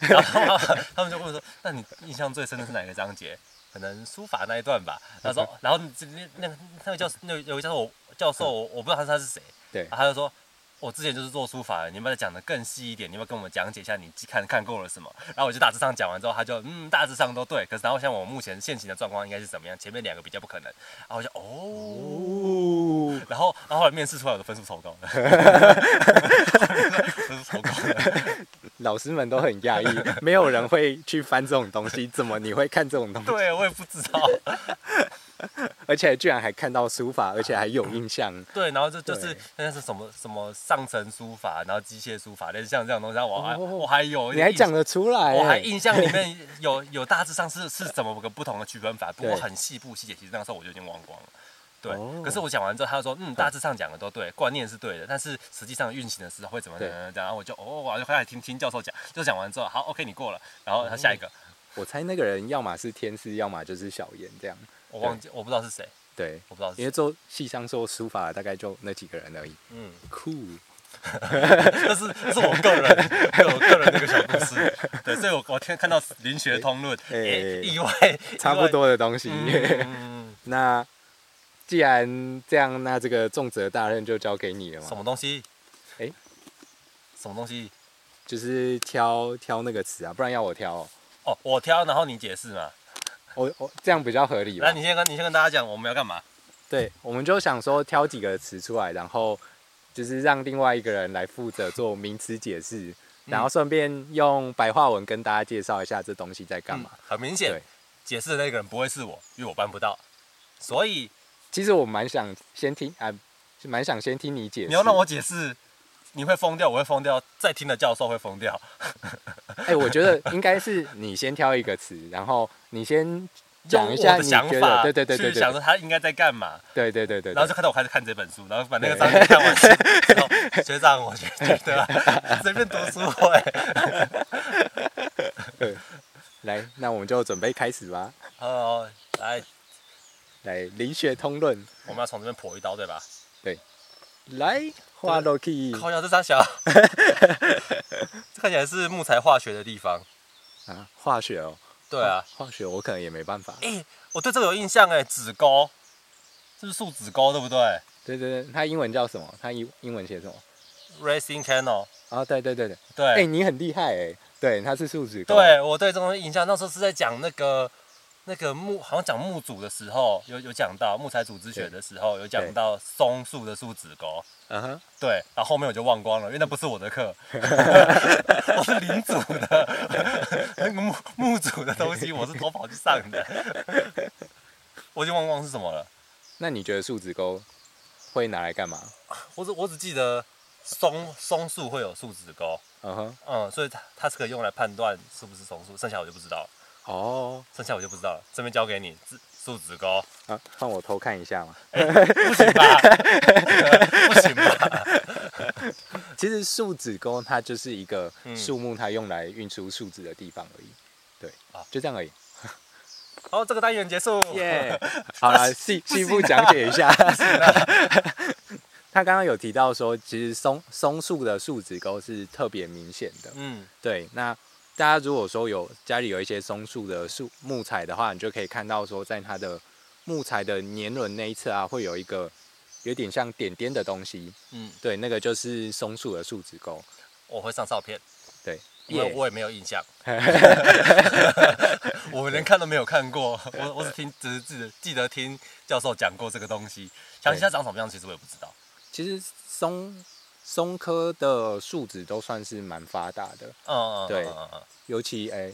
Speaker 2: 然后他们 (laughs) 他们就问我说，那你印象最深的是哪个章节？可能书法那一段吧。他说，然后那那个那个教那个有个教授我教授我我不知道他是他是谁，
Speaker 1: 对
Speaker 2: 然后他就说。我之前就是做书法的，你们再讲的更细一点，你们跟我们讲解一下你看看过了什么。然后我就大致上讲完之后，他就嗯大致上都对，可是然后像我目前现行的状况应该是怎么样，前面两个比较不可能。然后我就哦，
Speaker 1: 哦，
Speaker 2: 然后然后后来面试出来我的分数超高 (laughs) 了，分数超高了。
Speaker 1: (laughs) 老师们都很讶异，没有人会去翻这种东西，怎么你会看这种东西？
Speaker 2: 对，我也不知道。
Speaker 1: 而且居然还看到书法，而且还有印象。
Speaker 2: (laughs) 对，然后这就是
Speaker 1: 对
Speaker 2: 那是什么什么上层书法，然后机械书法，类似像这样的东西，然后我还、
Speaker 1: 哦
Speaker 2: 我还有
Speaker 1: 你还
Speaker 2: 印
Speaker 1: 讲得出来、
Speaker 2: 我还
Speaker 1: 哎
Speaker 2: 印象里
Speaker 1: (laughs)
Speaker 2: 面有有大致上是是怎么个不同的区分法，不过
Speaker 1: 对
Speaker 2: 很细部细节，其实那个时候我就已经忘光了。对，
Speaker 1: 哦
Speaker 2: 可是我讲完之后，他就说，嗯，大致上讲的都对，观念是对的，但是实际上运行的时候会怎么怎
Speaker 1: 对
Speaker 2: 么怎么样，然后我就哦，我就开始听听教授讲，就讲完之后，好，OK，你过了，然后他下一个，
Speaker 1: 我猜那个人要么是天师，要么就是小严这样。
Speaker 2: 我忘记我不知道是谁，
Speaker 1: 对，
Speaker 2: 我不知道是
Speaker 1: 因为
Speaker 2: 谁。
Speaker 1: 做戏上做书法的大概就那几个人而已。
Speaker 2: 嗯，
Speaker 1: 酷，
Speaker 2: (laughs) 这是这是我个人对我个人的一个小故事。对，所以我我天看到林学通论，
Speaker 1: 哎
Speaker 2: 诶意外
Speaker 1: (laughs) 差不。多的东西。
Speaker 2: 意外嗯，
Speaker 1: (laughs) 那既然这样，那这个重责大任就交给你了
Speaker 2: 什
Speaker 1: 嘛，
Speaker 2: 么东西？
Speaker 1: 哎
Speaker 2: 什么东西？
Speaker 1: 就是挑挑那个词啊，不然要我挑哦、
Speaker 2: 哦，我挑，然后你解释嘛。
Speaker 1: 我我这样比较合理吧
Speaker 2: 来，？你先跟你先跟大家讲我们要干嘛。
Speaker 1: 对，我们就想说挑几个词出来，然后就是让另外一个人来负责做名词解
Speaker 2: 嗯
Speaker 1: 释，然后顺便用白话文跟大家介绍一下这东西在干嘛。
Speaker 2: 嗯很明显
Speaker 1: 对，
Speaker 2: 解释的那个人不会是我，因为我办不到。所以
Speaker 1: 其实我蛮想先听啊，是蛮想先听你解释。
Speaker 2: 你要让我解释，你会疯掉，我会疯掉，在听的教授会疯掉。
Speaker 1: 哎、我觉得应该是你先挑一个词，然后你先讲一
Speaker 2: 用我
Speaker 1: 下
Speaker 2: 的
Speaker 1: 你
Speaker 2: 想
Speaker 1: 觉
Speaker 2: 法，
Speaker 1: 得，对对对对
Speaker 2: 去想
Speaker 1: 对
Speaker 2: 说他应该在干嘛，
Speaker 1: 对对对对，
Speaker 2: 然后就看到我开始看这本书，然后把那个章节
Speaker 1: (laughs)
Speaker 2: 看完之后，学长，我觉得随便读书会。
Speaker 1: 来，那我们就准备开始吧。
Speaker 2: 哦，来，
Speaker 1: 来，理学通论，
Speaker 2: 我们要从这边剖一刀，对吧？
Speaker 1: 来画落去
Speaker 2: 靠腰这
Speaker 1: (laughs)
Speaker 2: 张小，这看起来是木材化学的地方。
Speaker 1: 啊，化学哦，
Speaker 2: 对啊，
Speaker 1: 化学我可能也没办法。
Speaker 2: 哎、我对这个有印象哎，子沟，是不是树子沟对不对
Speaker 1: 对对对，它英文叫什么？它英英文写什么？
Speaker 2: ？Racing Channel，
Speaker 1: 啊，对对对对，
Speaker 2: 对，
Speaker 1: 哎、你很厉害哎、对，它是树脂膏，
Speaker 2: 对我对这种印象，那时候是在讲那个那个木，好像讲木组的时候，有有讲到木材组织学的时候，有讲到松树的树脂沟。
Speaker 1: 嗯哼，
Speaker 2: 对，然后后面我就忘光了，因为那不是我的课，我是林组的，那个木木组的东西我是偷跑去上的，我已经忘光是什么了。
Speaker 1: 那你觉得树脂膏会拿来干嘛？
Speaker 2: 我只我只记得松松树会有树脂沟，
Speaker 1: 嗯哼，
Speaker 2: 嗯，所以它它是可以用来判断是不是松树，剩下我就不知道了，
Speaker 1: 哦，
Speaker 2: 剩下我就不知道了，这边交给你，自树脂沟。
Speaker 1: 啊，换我偷看一下嘛。
Speaker 2: 不行吧？不行吧？
Speaker 1: 其实树脂沟它就是一个
Speaker 2: 嗯
Speaker 1: 树木，它用来运输树脂的地方而已。对
Speaker 2: 啊，哦
Speaker 1: 就这样而已。
Speaker 2: 好，这个单元结束。
Speaker 1: 耶、好了，细细部讲解一下。他刚刚有提到说，其实松松树的树脂沟是特别明显的。
Speaker 2: 嗯，
Speaker 1: 对，那大家如果说有家里有一些松树的树木材的话，你就可以看到说，在它的木材的年轮那一侧啊，会有一个有点像点点的东西。
Speaker 2: 嗯，
Speaker 1: 对，那个就是松树的树脂沟。
Speaker 2: 我会上照片，
Speaker 1: 对，
Speaker 2: 因为
Speaker 1: 耶
Speaker 2: 我也没有
Speaker 1: (laughs)
Speaker 2: 印象，我连看都没有看过，我我只听，只是记得记得听教授讲过这个东西，详细它长什么样，其实我也不知道。
Speaker 1: 其实松松科的树脂都算是蛮发达的，
Speaker 2: 嗯，嗯
Speaker 1: 对
Speaker 2: 嗯嗯嗯
Speaker 1: 尤其哎、啊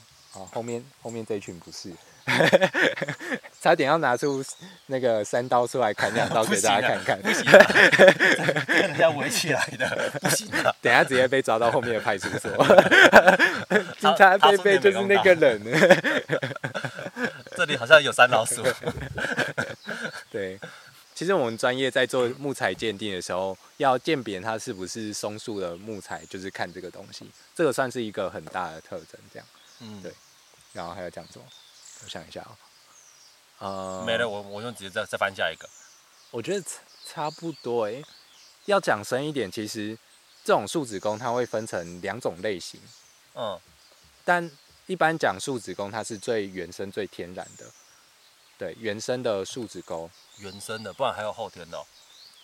Speaker 1: 后面后面这一群不是， (laughs) 差点要拿出那个三刀出来砍两刀
Speaker 2: (laughs) 不
Speaker 1: 给
Speaker 2: 行
Speaker 1: 大
Speaker 2: 啊
Speaker 1: 家看看，
Speaker 2: 不行啊， (laughs) 被人家围起来的，
Speaker 1: (laughs)
Speaker 2: 不行啊。
Speaker 1: 等一下直接被抓到后面的派出所，警
Speaker 2: 他
Speaker 1: 察
Speaker 2: 他
Speaker 1: 贝
Speaker 2: 说
Speaker 1: 贝
Speaker 2: 你没
Speaker 1: 就是
Speaker 2: 用
Speaker 1: 那
Speaker 2: 到
Speaker 1: 个人， (laughs)
Speaker 2: 这里好像有三老鼠。
Speaker 1: 对。其实我们专业在做木材鉴定的时候，要鉴别它是不是松树的木材，就是看这个东西，这个算是一个很大的特征。这样，
Speaker 2: 嗯，
Speaker 1: 对然后还要讲什么？我想一下哦。呃，
Speaker 2: 没了，我我就直接再再翻下一个。
Speaker 1: 我觉得差差不多诶、要讲深一点，其实这种树脂工它会分成两种类型，
Speaker 2: 嗯，
Speaker 1: 但一般讲树脂工它是最原生、最天然的，对，原生的树脂沟。
Speaker 2: 原生的，不然还有后天的哦。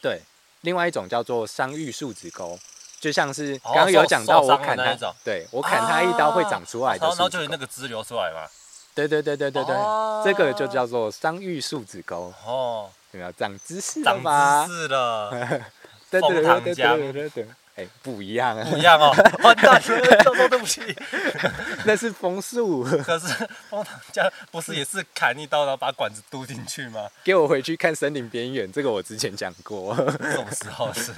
Speaker 1: 对，另外一种叫做商誉树脂沟，就像是
Speaker 2: 哦
Speaker 1: 刚刚有讲到我
Speaker 2: 受受伤的
Speaker 1: 砍
Speaker 2: 那
Speaker 1: 它
Speaker 2: 一种，哦
Speaker 1: 对我砍它一刀会长出来
Speaker 2: 然
Speaker 1: 的
Speaker 2: 后然
Speaker 1: 树
Speaker 2: 后就有
Speaker 1: 脂
Speaker 2: 那
Speaker 1: 沟。
Speaker 2: 个汁流出来嘛。
Speaker 1: 对对对对对对
Speaker 2: 哦，
Speaker 1: 这个就叫做商誉树脂沟，
Speaker 2: 哦，
Speaker 1: 有没有长知识了吧
Speaker 2: 长？知识了，
Speaker 1: 对对对
Speaker 2: 枫糖
Speaker 1: 对对
Speaker 2: 浆
Speaker 1: 对对对，哎，不一样啊
Speaker 2: 不。一
Speaker 1: (laughs)
Speaker 2: 样哦。完蛋了，教哦授对不起。
Speaker 1: 那是枫树， (laughs)
Speaker 2: 可是 (laughs) 枫糖浆不是也是砍一刀，然后把管子嘟进去吗？
Speaker 1: 给我回去看《森林边缘》，这个我之前讲过， (laughs)
Speaker 2: 这种时候是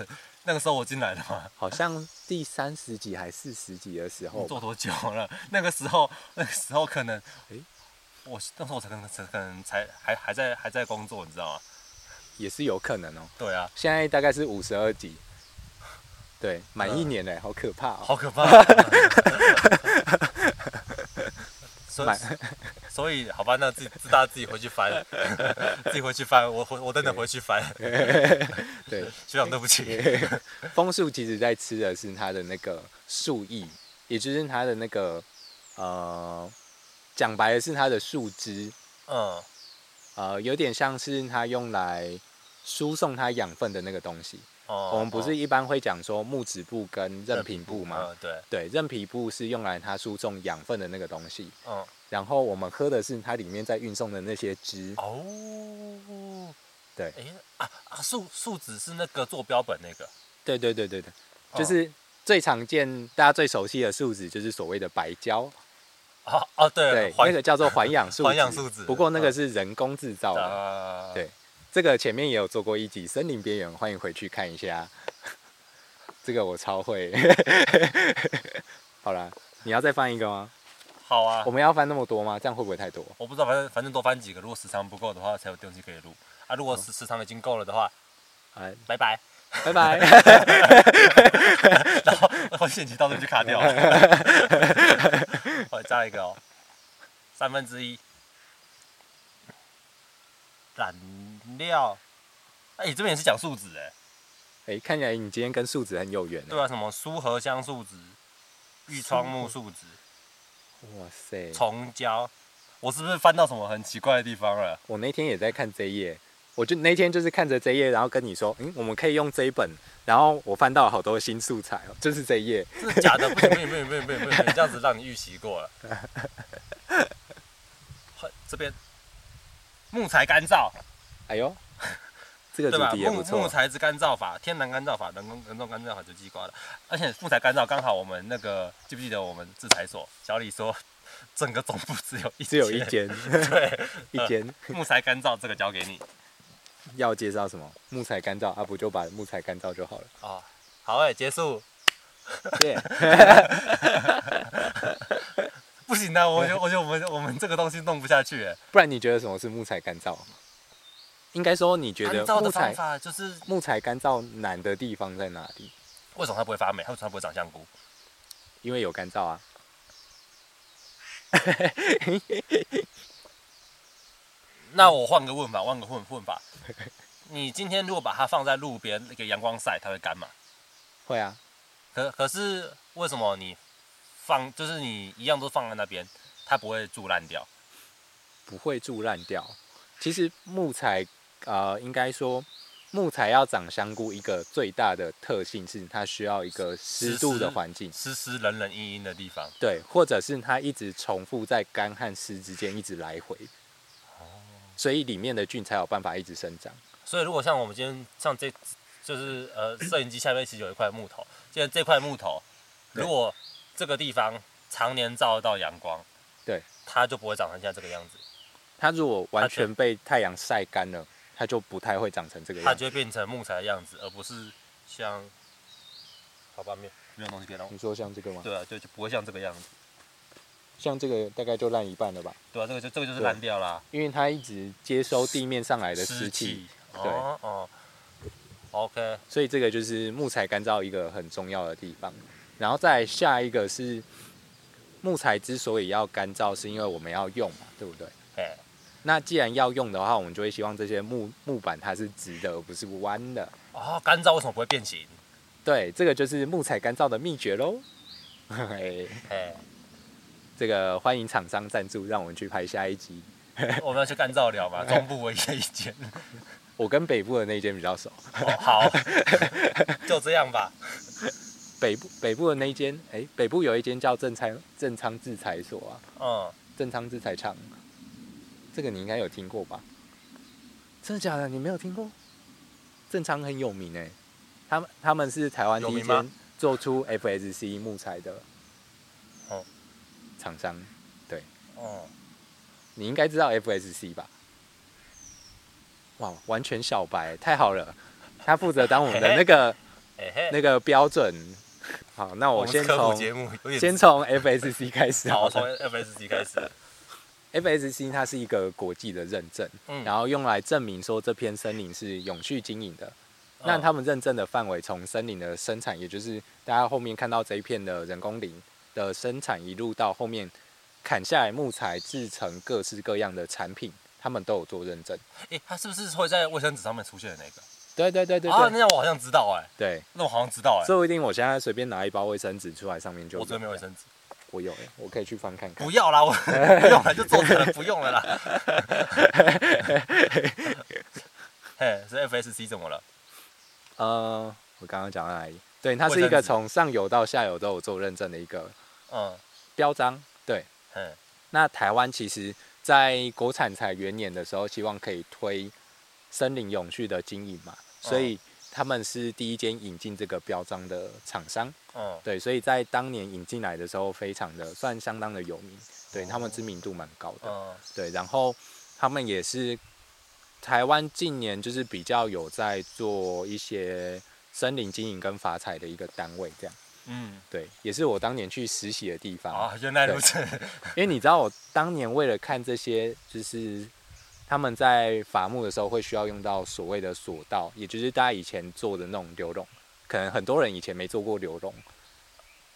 Speaker 2: 那个时候我进来的吗？
Speaker 1: 好像第三十集还是十集的时候吧，
Speaker 2: 嗯做多久了？那个时候那个时候可能，
Speaker 1: 诶
Speaker 2: 我那时候我才可能才可能才还还在还在工作，你知道吗？
Speaker 1: 也是有可能哦。
Speaker 2: 对啊，
Speaker 1: 现在大概是五十二集，对，
Speaker 2: 嗯
Speaker 1: (laughs) 满一年嘞，好可怕哦。
Speaker 2: 好可怕、啊。所以所以好吧，那自己自大家自己回
Speaker 1: (laughs)
Speaker 2: 去翻，自己回去翻，我回我等等回去翻。
Speaker 1: 对， (laughs)
Speaker 2: 学长对不起，
Speaker 1: 枫树其实在吃的是它的那个树叶，也就是它的那个呃，讲白了是它的树枝，
Speaker 2: 嗯，
Speaker 1: 呃，有点像是它用来输送它养分的那个东西。
Speaker 2: 哦，
Speaker 1: 我们不是一般会讲说木质部跟韧皮部
Speaker 2: 部
Speaker 1: 吗？
Speaker 2: 嗯，对，
Speaker 1: 对，韧皮部是用来它输送养分的那个东西，
Speaker 2: 嗯，
Speaker 1: 然后我们喝的是它里面在运送的那些汁。
Speaker 2: 哦，
Speaker 1: 对
Speaker 2: 哎啊啊，树树脂是那个做标本那个，
Speaker 1: 对对对对对，
Speaker 2: 哦
Speaker 1: 就是最常见、大家最熟悉的树脂，就是所谓的白胶，
Speaker 2: 哦哦，对
Speaker 1: 对，，
Speaker 2: 环
Speaker 1: 那个叫做环
Speaker 2: (laughs)
Speaker 1: 氧树脂。
Speaker 2: 环氧树脂
Speaker 1: 不过那个
Speaker 2: 嗯
Speaker 1: 是人工制造的。
Speaker 2: 啊，
Speaker 1: 对这个前面也有做过一集《森林边缘》，欢迎回去看一下。这个我超会。 (laughs) 好啦，你要再翻一个吗？
Speaker 2: 好啊
Speaker 1: 我，们要翻那么多吗？这样会不会太多？
Speaker 2: 我不知道，反正反正多翻几个，如果时长不够的话，才有东西可以录啊。如果时时长已经够了的话，
Speaker 1: 哎，
Speaker 2: 拜拜。 (laughs)
Speaker 1: 拜拜。
Speaker 2: 然后然后线级到这就卡
Speaker 1: (laughs)
Speaker 2: 掉了。我再来一个哦，三分之一染料。哎、这边也是讲树脂哎，
Speaker 1: 哎，看起来你今天跟树脂很有缘呢
Speaker 2: 对啊，什么苏合香树脂、玉窗木树脂、
Speaker 1: 哇塞，
Speaker 2: 虫胶，我是不是翻到什么很奇怪的地方了？
Speaker 1: 我那天也在看这一页，我就那天就是看着这一页，然后跟你说，嗯，我们可以用这一本，然后我翻到了好多新素材哦，就是这一页。
Speaker 2: 这是假的，不行不行不行不行不行不行，这样子让你预习过了。 (laughs) 好这边木材干燥，
Speaker 1: 哎呦， (laughs) 这个
Speaker 2: (laughs) 对
Speaker 1: 主
Speaker 2: 吧？
Speaker 1: 题也
Speaker 2: 木
Speaker 1: 不错。
Speaker 2: 木材之干燥法、天然干燥法、人工人工干燥法就记挂了。而且木材干燥刚好我们那个记不记得我们制裁所小李说，整个总部只有一
Speaker 1: 只有一间， (laughs)
Speaker 2: 对，
Speaker 1: 一间
Speaker 2: 木材干燥这个交给
Speaker 1: (laughs)
Speaker 2: 你
Speaker 1: 要介绍什么？木材干燥啊，不就把木材干燥就好了。
Speaker 2: 啊、好哎、结束。 (laughs)
Speaker 1: 耶、
Speaker 2: 不行的、我觉得我觉得我们我们这个东西弄不下去、哎
Speaker 1: 不然你觉得什么是木材干燥？应该说你觉
Speaker 2: 干
Speaker 1: 得
Speaker 2: 燥
Speaker 1: 木
Speaker 2: 的方
Speaker 1: 材
Speaker 2: 法就是
Speaker 1: 木材干燥难的地方在哪里？
Speaker 2: 为什么它不会发霉？它为什么它不会长香菇？
Speaker 1: 因为有干燥啊。
Speaker 2: 那我换个问法，换个问问法。你今天如果把它放在路边那个阳光晒，它会干嘛？
Speaker 1: 会啊，
Speaker 2: 可可是为什么你放就是你一样都放在那边，它不会蛀烂掉？
Speaker 1: 不会蛀烂掉。其实木材，呃，应该说木材要长香菇，一个最大的特性是它需要一个湿度的环境，
Speaker 2: 湿湿冷冷阴阴的地方，
Speaker 1: 对，或者是它一直重复在干和湿之间一直来回，
Speaker 2: 哦
Speaker 1: 所以里面的菌才有办法一直生长。
Speaker 2: 所以如果像我们今天像这就是呃摄影机下面其实有一块木头，现在这块木头
Speaker 1: 对
Speaker 2: 如果这个地方常年照得到阳光，
Speaker 1: 对，
Speaker 2: 它就不会长成现在这个样子，
Speaker 1: 它如果
Speaker 2: 它
Speaker 1: 完
Speaker 2: 就
Speaker 1: 全被太阳晒干了，它就不太会长成这个
Speaker 2: 它
Speaker 1: 样子。
Speaker 2: 就会变成木材的样子，而不是像好吧没有没有东西可以让我
Speaker 1: 你说像这个吗？
Speaker 2: 对啊，就就不会像这个样子，
Speaker 1: 像这个大概就烂一半了吧，
Speaker 2: 对啊，这个就这个就是
Speaker 1: 对
Speaker 2: 烂掉啦、
Speaker 1: 因为它一直接收地面上来的湿气，。对
Speaker 2: 哦哦，OK，
Speaker 1: 所以这个就是木材干燥一个很重要的地方。然后再来下一个是木材之所以要干燥，是因为我们要用嘛，对不对？
Speaker 2: 哎，
Speaker 1: 那既然要用的话，我们就会希望这些木木板它是直的，而不是弯的。
Speaker 2: 哦，干燥为什么不会变形？
Speaker 1: 对，这个就是木材干燥的秘诀喽。嘿
Speaker 2: (laughs) 哎，
Speaker 1: 这个欢迎厂商赞助，让我们去拍下一集。
Speaker 2: 我们要去干燥聊嘛，中部唯一的一间。
Speaker 1: 我跟北部的那一间比较熟，
Speaker 2: 哦好， (laughs) 就这样吧。
Speaker 1: 北部北部的那一间，哎、北部有一间叫正仓正仓制裁所啊，
Speaker 2: 嗯，
Speaker 1: 正昌制裁厂，这个你应该有听过吧？真的假的？你没有听过？正昌很有名哎、他们他们是台湾
Speaker 2: 有
Speaker 1: 第一
Speaker 2: 名吗
Speaker 1: 间做出 FSC 木材的
Speaker 2: 哦
Speaker 1: 厂商，
Speaker 2: 哦，
Speaker 1: 你应该知道 FSC 吧？哇，完全小白，欸太好了！他负责当我们的那
Speaker 2: (laughs)
Speaker 1: 个
Speaker 2: 哎嘿，
Speaker 1: 那个标准。好，那
Speaker 2: 我
Speaker 1: 我
Speaker 2: 们
Speaker 1: 先
Speaker 2: 是科普
Speaker 1: 从
Speaker 2: 节目有点
Speaker 1: 先从 FSC 开始好
Speaker 2: 好，
Speaker 1: 了。
Speaker 2: 从 FSC 开始。
Speaker 1: FSC 它是一个国际的认证，
Speaker 2: 嗯
Speaker 1: 然后用来证明说这片森林是永续经营的。那
Speaker 2: 嗯
Speaker 1: 他们认证的范围从森林的生产，也就是大家后面看到这一片的人工林的生产，一路到后面砍下来木材制成各式各样的产品，他们都有做认证。
Speaker 2: 诶，它是不是会在卫生纸上面出现的那个？
Speaker 1: 对对对对
Speaker 2: 啊，
Speaker 1: 对
Speaker 2: 那样我好像知道哎、
Speaker 1: 对，
Speaker 2: 那我好像知道哎、
Speaker 1: 说不定我现在随便拿一包卫生纸出来，上面就
Speaker 2: 我这边没有卫
Speaker 1: 有
Speaker 2: 生纸，
Speaker 1: 我有、欸，我可以去翻看看
Speaker 2: 不。要啦，我不用了，就做成了，不用了啦。嘿，是 FSC 怎么了？
Speaker 1: 呃，我刚刚讲到哪里？对，它是
Speaker 2: 卫
Speaker 1: 一个
Speaker 2: 生纸
Speaker 1: 从上游到下游都有做认证的一个
Speaker 2: 嗯，
Speaker 1: 标章。对，
Speaker 2: 嘿，
Speaker 1: 那台湾其实，在国产材元年的时候，希望可以推森林永续的经营嘛，所以他们是第一间引进这个标章的厂商。
Speaker 2: 嗯，
Speaker 1: 对，所以在当年引进来的时候，非常的算相当的有名，对他们知名度蛮高的。
Speaker 2: 嗯，
Speaker 1: 对，然后他们也是台湾近年就是比较有在做一些森林经营跟伐采的一个单位，这样。
Speaker 2: 嗯，
Speaker 1: 对，也是我当年去实习的地方。
Speaker 2: 啊，原来如此。
Speaker 1: 因为你知道，我当年为了看这些，就是他们在伐木的时候会需要用到所谓的索道，也就是大家以前做的那种流笼。可能很多人以前没做过流笼。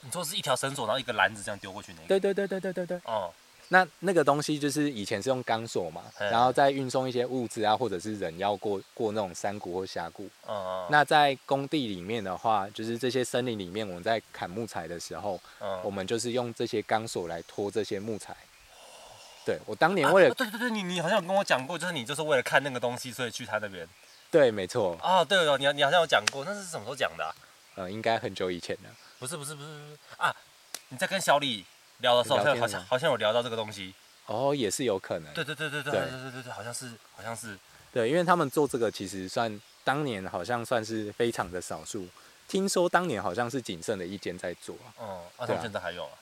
Speaker 2: 你说是一条绳索，然后一个篮子这样丢过去那个？
Speaker 1: 对对对对对对对。
Speaker 2: 嗯，
Speaker 1: 那那个东西就是以前是用钢索嘛，
Speaker 2: 嗯
Speaker 1: 然后再运送一些物资啊，或者是人要过过那种山谷或峡谷。
Speaker 2: 嗯嗯，
Speaker 1: 那在工地里面的话，就是这些森林里面，我们在砍木材的时候，
Speaker 2: 嗯
Speaker 1: 我们就是用这些钢索来拖这些木材。对我当年
Speaker 2: 啊
Speaker 1: (laughs) 为了、
Speaker 2: 对对对，你你好像有跟我讲过，就是你就是为了看那个东西，所以去他那边
Speaker 1: 对，没错，
Speaker 2: 啊。对哦，你你好像有讲过，那是什么时候讲的啊、
Speaker 1: 呃，应该很久以前了。
Speaker 2: 不是不是不是不是啊！你在跟小李聊的时候，好
Speaker 1: 聊
Speaker 2: 像
Speaker 1: 天
Speaker 2: 好
Speaker 1: 了
Speaker 2: 像
Speaker 1: 吗
Speaker 2: 好像有聊到这个东西。
Speaker 1: 哦，也是有可能。
Speaker 2: 对对对对对
Speaker 1: 对
Speaker 2: 对对对对，好像是好像是
Speaker 1: 对因为他们做这个其实算当年好像算是非常的少数。听说当年好像是仅剩的一间在做啊，
Speaker 2: 嗯，啊，他
Speaker 1: 对啊
Speaker 2: 们现在还有啊。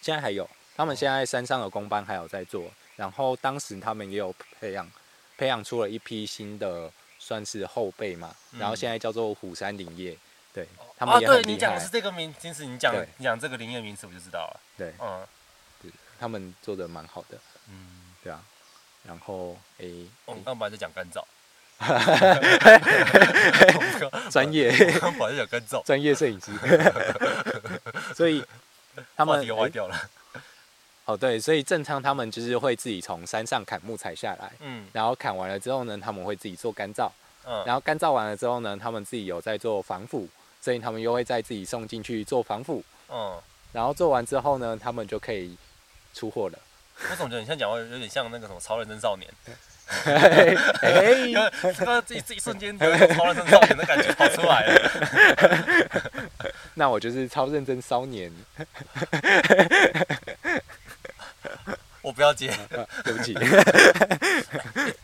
Speaker 1: 现在还有。他们现在山上的工班还有在做，然后当时他们也有培养，培养出了一批新的算是后辈嘛，然后
Speaker 2: 嗯
Speaker 1: 现在叫做虎山林业，对他
Speaker 2: 啊，
Speaker 1: 们也很
Speaker 2: 对
Speaker 1: 厉
Speaker 2: 你
Speaker 1: 害
Speaker 2: 讲的，是这个名，其实你讲
Speaker 1: 对
Speaker 2: 你讲这个林业名词，我就知道了。
Speaker 1: 对
Speaker 2: 嗯
Speaker 1: 他们做的蛮好的，
Speaker 2: 嗯，
Speaker 1: 对啊。然后诶，
Speaker 2: 哦我们刚本来在讲干
Speaker 1: (laughs)
Speaker 2: 燥。
Speaker 1: 专
Speaker 2: (laughs)
Speaker 1: 业
Speaker 2: 我刚本来在讲干燥，
Speaker 1: 专业摄影
Speaker 2: (laughs)
Speaker 1: 师，所以他
Speaker 2: 话
Speaker 1: 们
Speaker 2: 题又
Speaker 1: 诶
Speaker 2: 歪掉了。
Speaker 1: 哦，对，所以正常他们就是会自己从山上砍木材下来，
Speaker 2: 嗯
Speaker 1: 然后砍完了之后呢，他们会自己做干燥，
Speaker 2: 嗯，
Speaker 1: 然后干燥完了之后呢，他们自己有在做防腐，所以他们又会再自己送进去做防腐，
Speaker 2: 嗯，
Speaker 1: 然后做完之后呢，他们就可以出货
Speaker 2: (laughs)
Speaker 1: 了。
Speaker 2: 我总觉得你现在讲话有点像那个什么超人真少年，
Speaker 1: 嘿嘿
Speaker 2: 因为这个这一这一瞬间有一种超人真少年的感觉跑出来
Speaker 1: (laughs)
Speaker 2: 了。
Speaker 1: 那我就是超认真骚年，
Speaker 2: 我不要接，
Speaker 1: 啊对
Speaker 2: (laughs)
Speaker 1: 不起，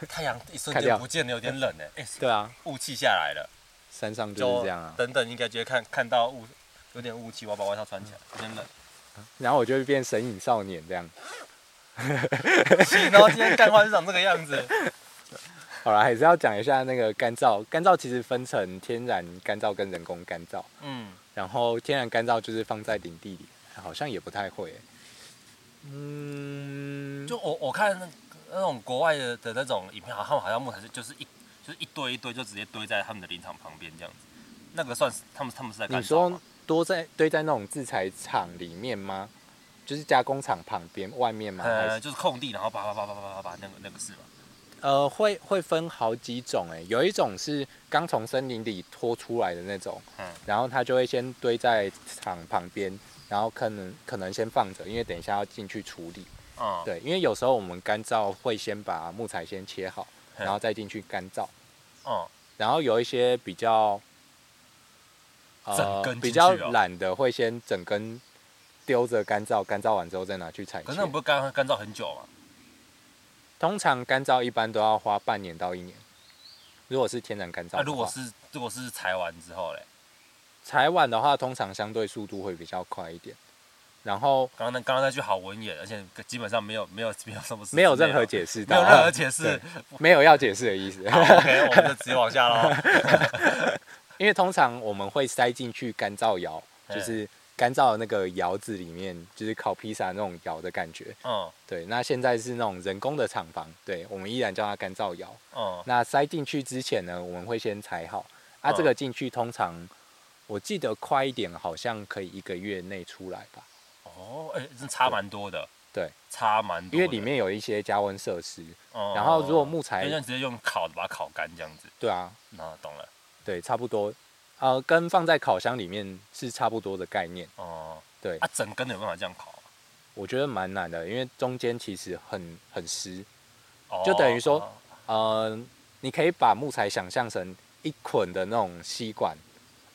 Speaker 2: 太阳一瞬
Speaker 1: 砍掉
Speaker 2: 间不见了，有点冷哎、哎、
Speaker 1: 对啊，
Speaker 2: 雾气下来了，
Speaker 1: 山上就是这样啊。
Speaker 2: 等等应该就会看看到雾，有点雾气，我要把外套穿起来，有点冷。
Speaker 1: 然后我就会变神隐少年这样。
Speaker 2: 行，然后今天干话就长这个样子。
Speaker 1: 好了，还是要讲一下那个干燥。干燥其实分成天然干燥跟人工干燥。
Speaker 2: 嗯，
Speaker 1: 然后天然干燥就是放在领地里，好像也不太会欸。嗯，
Speaker 2: 就我我看那那种国外的的那种影片，好像好像木材就就是一就是一堆一堆就直接堆在他们的林场旁边这样子，那个算是他们他们是在干
Speaker 1: 你
Speaker 2: 燥
Speaker 1: 说
Speaker 2: 吗？
Speaker 1: 多在堆在那种制材厂里面吗？就是加工厂旁边外面吗？还
Speaker 2: 呃，
Speaker 1: 是
Speaker 2: 就是空地，然后叭叭叭叭叭叭叭那个那个是吗？
Speaker 1: 呃，会会分好几种哎，有一种是刚从森林里拖出来的那种，
Speaker 2: 嗯
Speaker 1: 然后它就会先堆在厂旁边，然后可能可能先放着，因为等一下要进去处理。
Speaker 2: 嗯，
Speaker 1: 对，因为有时候我们干燥会先把木材先切好，
Speaker 2: 嗯
Speaker 1: 然后再进去干燥。
Speaker 2: 嗯
Speaker 1: 然后有一些比较，呃
Speaker 2: 整根进去哦
Speaker 1: 比较懒的会先整根丢着干燥，干燥完之后再拿去采
Speaker 2: 可
Speaker 1: 切
Speaker 2: 是。那不是干干燥很久吗？
Speaker 1: 通常干燥一般都要花半年到一年，如果是天然干燥的
Speaker 2: 那、
Speaker 1: 话，
Speaker 2: 啊如果是如果是裁完之后嘞，
Speaker 1: 采晚的话，通常相对速度会比较快一点。然后
Speaker 2: 刚刚那刚刚那句好文言，而且基本上没有没有没有什么
Speaker 1: 没有任何解
Speaker 2: 解
Speaker 1: 释
Speaker 2: 没
Speaker 1: 到，
Speaker 2: 有任何解释
Speaker 1: 对。没有要解释的意
Speaker 2: (laughs)
Speaker 1: 思，
Speaker 2: 好 OK，我们就直接往下喽。
Speaker 1: (laughs) 因为通常我们会塞进去干燥窑，就
Speaker 2: 嗯
Speaker 1: 是干燥的那个窑子里面，就是烤披萨那种窑的感觉。
Speaker 2: 嗯
Speaker 1: 对，那现在是那种人工的厂房，对我们依然叫它干燥窑。
Speaker 2: 嗯
Speaker 1: 那塞进去之前呢，我们会先裁好。啊，
Speaker 2: 嗯
Speaker 1: 这个进去通常我记得快一点，好像可以一个月内出来吧。
Speaker 2: 哦，哎、真差蛮多的。
Speaker 1: 对，
Speaker 2: 差蛮多的，
Speaker 1: 因为里面有一些加温设施，
Speaker 2: 哦，
Speaker 1: 然后如果木材
Speaker 2: 就像直接用烤的把它烤干这样子，
Speaker 1: 对啊，
Speaker 2: 那懂了，
Speaker 1: 对，差不多，呃，跟放在烤箱里面是差不多的概念。
Speaker 2: 哦，
Speaker 1: 对
Speaker 2: 啊，整根的有办法这样烤啊，
Speaker 1: 我觉得蛮难的，因为中间其实很很湿，
Speaker 2: 哦
Speaker 1: 就等于说
Speaker 2: 哦
Speaker 1: 呃，你可以把木材想象成一捆的那种吸管，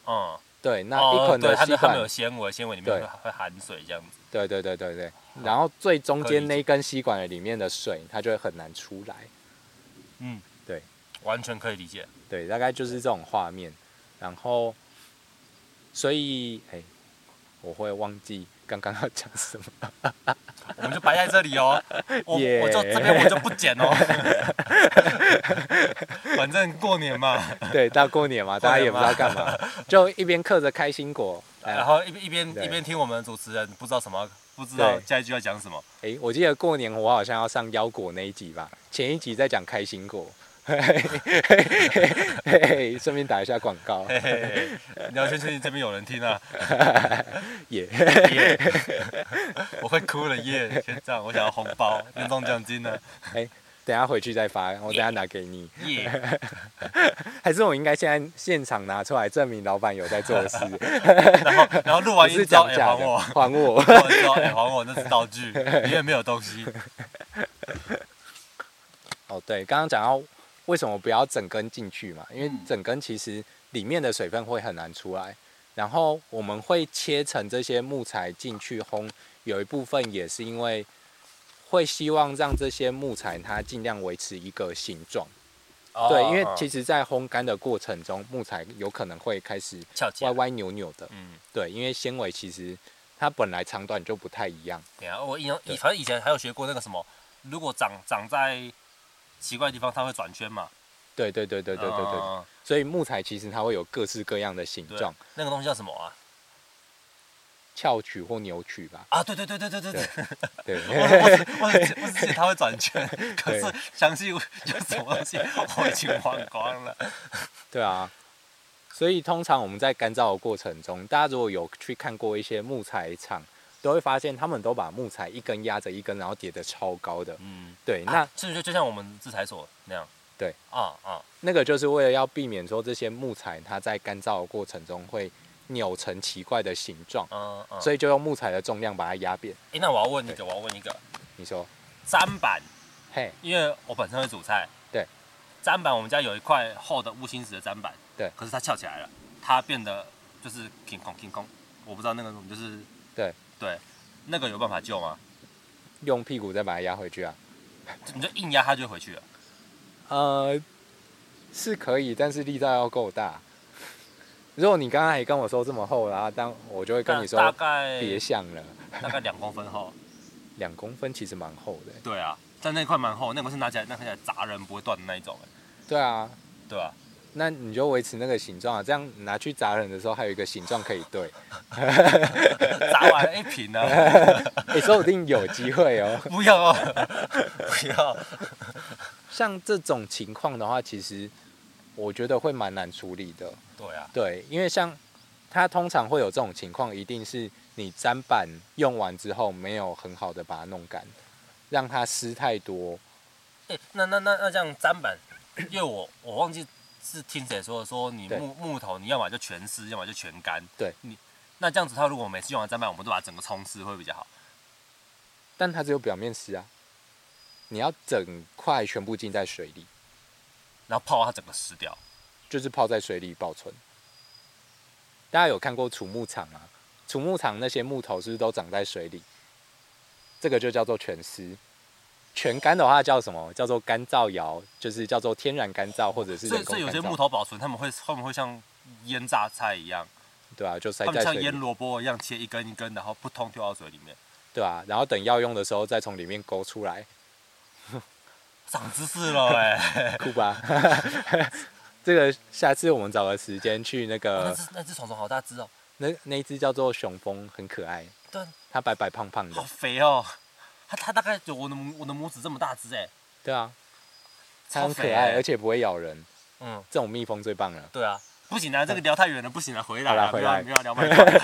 Speaker 2: 嗯，
Speaker 1: 对，那
Speaker 2: 哦
Speaker 1: 一捆
Speaker 2: 对
Speaker 1: 的
Speaker 2: 它
Speaker 1: 吸
Speaker 2: 们它
Speaker 1: 管，
Speaker 2: 们有纤维，纤维里面
Speaker 1: 对
Speaker 2: 会会含水这样子，
Speaker 1: 对对对对对，然后最中
Speaker 2: 可以理
Speaker 1: 间
Speaker 2: 解
Speaker 1: 那一根吸管的里面的水，它就会很难出来，
Speaker 2: 嗯，
Speaker 1: 对，
Speaker 2: 完全可以理解，
Speaker 1: 对，大概就是这种画面，然后，所以，哎、我会忘记刚刚要讲什么， (laughs)
Speaker 2: 我们就摆在这里哦，我我就
Speaker 1: Yeah
Speaker 2: 这边我就不剪
Speaker 1: (laughs)
Speaker 2: 哦，反正过年嘛，
Speaker 1: 对，到过年
Speaker 2: (laughs)
Speaker 1: 嘛，大家也不知道干嘛，就一边嗑着开心果，哎、
Speaker 2: 然后一边一边
Speaker 1: 对
Speaker 2: 一边听我们主持人不知道什么，不知道
Speaker 1: 对
Speaker 2: 下一句要讲什么，
Speaker 1: 哎我记得过年我好像要上腰果那一集吧，前一集在讲开心果。嘿嘿嘿嘿嘿，顺便打一下广告，
Speaker 2: 嘿嘿，嘿你要先确定这边有人听啊，
Speaker 1: 耶、
Speaker 2: 耶，我会哭了耶，先这样，我想要红包，年终奖金呢，
Speaker 1: 等一下回去再发，我等一下拿给你。
Speaker 2: 耶，
Speaker 1: 还是我应该现在现场拿出来证明老板有在做
Speaker 2: (laughs)
Speaker 1: 事，
Speaker 2: 然后然后录
Speaker 1: 不
Speaker 2: 完
Speaker 1: 是
Speaker 2: 音之
Speaker 1: 讲
Speaker 2: 后，哎，
Speaker 1: 假
Speaker 2: 还
Speaker 1: 的，
Speaker 2: 我。
Speaker 1: 还我。
Speaker 2: 我知道，哎、还我那是道具，里面没有东西。
Speaker 1: 哦，对，刚刚讲到为什么不要整根进去嘛，因为
Speaker 2: 嗯
Speaker 1: 整根其实里面的水分会很难出来。然后我们会切成这些木材进去烘，有一部分也是因为会希望让这些木材它尽量维持一个形状。对，因为其
Speaker 2: 实
Speaker 1: 实，在烘干的过程中，木材有可能会开始
Speaker 2: 翘起
Speaker 1: 歪
Speaker 2: 来，
Speaker 1: 歪扭扭的。
Speaker 2: 嗯，
Speaker 1: 对，因为纤维其实它本来长短就不太一样。
Speaker 2: 等一下啊我以前以反正以前还有学过那个什么，如果长长在奇怪的地方，它会转圈嘛。
Speaker 1: 对对对对对对对，
Speaker 2: 嗯
Speaker 1: 所以木材其实它会有各式各样的形
Speaker 2: 对啊
Speaker 1: 状，
Speaker 2: 那个东西叫什么啊？
Speaker 1: 翘曲或扭曲吧。
Speaker 2: 啊，对对对对对对对，
Speaker 1: 对，
Speaker 2: 我我只我只我只记得它会转圈，可是详细有什么东西我已经忘光了。
Speaker 1: (laughs) 对啊。所以通常我们在干燥的过程中，大家如果有去看过一些木材厂，都会发现他们都把木材一根压着一根，然后叠得超高的。
Speaker 2: 嗯，
Speaker 1: 对，那、
Speaker 2: 那是不是就就像我们制裁所那样？
Speaker 1: 对，
Speaker 2: 啊啊，
Speaker 1: 那个就是为了要避免说这些木材它在干燥的过程中会扭成奇怪的形状，
Speaker 2: 嗯嗯。
Speaker 1: 所
Speaker 2: 以，
Speaker 1: 以就用木材的重量把它压扁。
Speaker 2: 哎，那我要问一个，我要问一个，
Speaker 1: 你说，
Speaker 2: 砧板
Speaker 1: 嘿，
Speaker 2: 因为我本身会煮菜，
Speaker 1: 对，
Speaker 2: 砧板我们家有一块厚的钨芯石的砧板，
Speaker 1: 对
Speaker 2: 可是它翘起来了，它变得就是空空空空，我不知道那个什么，就是
Speaker 1: 对
Speaker 2: 对，那个有办法救吗？
Speaker 1: 用屁股再把它压回去啊？
Speaker 2: 你就硬压它就回去了，
Speaker 1: 呃，是可以，但是力道要够大。 (laughs) 如果你刚才跟我说这么厚啦，当我就会跟你说
Speaker 2: 大大概
Speaker 1: 别想了，
Speaker 2: 大概两公分厚，
Speaker 1: 两公分其实蛮厚的欸。
Speaker 2: 对啊，但那块蛮厚，那个是拿起来那看起来砸人不会断的那一种，哎
Speaker 1: 对啊，
Speaker 2: 对吧、 (laughs)
Speaker 1: 那你就维持那个形状啊，这样拿去砸人的时候还有一个形状可以对，
Speaker 2: 砸完了一瓶呢，
Speaker 1: 你、说不定有机会哦。
Speaker 2: 不要哦， (laughs) 不要，
Speaker 1: (laughs) 像这种情况的话，其实我觉得会蛮难处理的。
Speaker 2: 对啊，
Speaker 1: 对，因为像它通常会有这种情况，一定是你砧板用完之后没有很好的把它弄干，让它湿太多。
Speaker 2: 欸那那那那这样砧板，因为我我忘记是听谁说的，说你
Speaker 1: 对
Speaker 2: 木木头你要么就全湿，要么就全干。
Speaker 1: 对，
Speaker 2: 你那这样子，它如果每次用完砧板，我们都把它整个冲湿会比较好。
Speaker 1: 但它只有表面湿啊，你要整块全部浸在水里，
Speaker 2: 然后泡到它整个湿掉，
Speaker 1: 就是泡在水里保存。大家有看过储木场啊？储木场那些木头是不是都长在水里？这个就叫做全湿。全干的话叫什么？叫做干燥窑，就是叫做天然干燥或者是
Speaker 2: 所以
Speaker 1: 人
Speaker 2: 所
Speaker 1: 工
Speaker 2: 以有
Speaker 1: 干
Speaker 2: 些木
Speaker 1: 燥，
Speaker 2: 头保存，他们会他们会像腌榨菜一样，
Speaker 1: 对啊，就塞
Speaker 2: 他们
Speaker 1: 在
Speaker 2: 像
Speaker 1: 水
Speaker 2: 腌
Speaker 1: 里，
Speaker 2: 萝卜一样切一根一根，然后扑通丢到水里面。
Speaker 1: 对啊，然后等要用的时候再从里面勾出来，
Speaker 2: 长知识了
Speaker 1: (laughs)
Speaker 2: 哎、
Speaker 1: 酷吧？这个下次我们找个时间去那
Speaker 2: 哦那
Speaker 1: 个
Speaker 2: 只那只虫虫好大只哦，
Speaker 1: 那那一只叫做雄蜂，很可爱，
Speaker 2: 对啊，
Speaker 1: 它白白胖胖
Speaker 2: 好
Speaker 1: 的，
Speaker 2: 肥哦，它它大概有我的拇我的拇指这么大只哎、
Speaker 1: 对啊，它
Speaker 2: 超
Speaker 1: 很
Speaker 2: 肥哎
Speaker 1: 可爱，而且不会咬人，
Speaker 2: 嗯。
Speaker 1: 这种蜜蜂最棒了。
Speaker 2: 对啊，不行啊，这个聊太远了，不行啊，回来
Speaker 1: 好啦
Speaker 2: 啊，不
Speaker 1: 回
Speaker 2: 要
Speaker 1: 来
Speaker 2: (laughs) 不要聊麦当劳。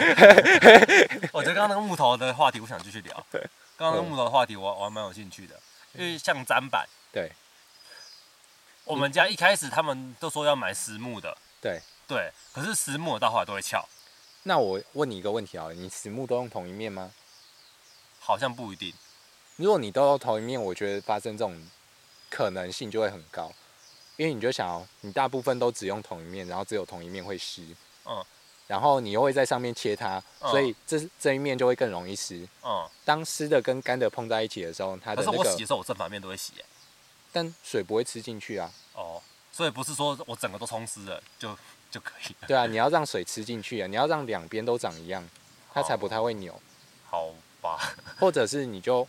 Speaker 2: 我觉得刚刚那个木头的话题，我想继续聊。刚刚木头的话题我我还蛮有兴趣的，因为像砧板，
Speaker 1: 对
Speaker 2: 我们家一开始他们都说要买实木的，
Speaker 1: 对。
Speaker 2: 对，可是实木的到后来都会翘，
Speaker 1: 那我问你一个问题啊，你实木都用同一面吗？
Speaker 2: 好像不一定。
Speaker 1: 如果你都用同一面，我觉得发生这种可能性就会很高，因为你就想哦，你大部分都只用同一面，然后只有同一面会湿，
Speaker 2: 嗯，
Speaker 1: 然后你又会在上面切它，
Speaker 2: 嗯
Speaker 1: 所以这这一面就会更容易湿。
Speaker 2: 嗯，
Speaker 1: 当湿的跟干的碰在一起的时候，它
Speaker 2: 可
Speaker 1: 的
Speaker 2: 是
Speaker 1: 那
Speaker 2: 我洗的
Speaker 1: 个
Speaker 2: 时候我正反面都会洗、欸，
Speaker 1: 但水不会吃进去啊，
Speaker 2: 哦，所以不是说我整个都冲湿了就就可以了。
Speaker 1: 对啊，你要让水吃进去啊，你要让两边都长一样，它才
Speaker 2: 好
Speaker 1: 不太会扭。
Speaker 2: 哦好吧，
Speaker 1: 或者是你就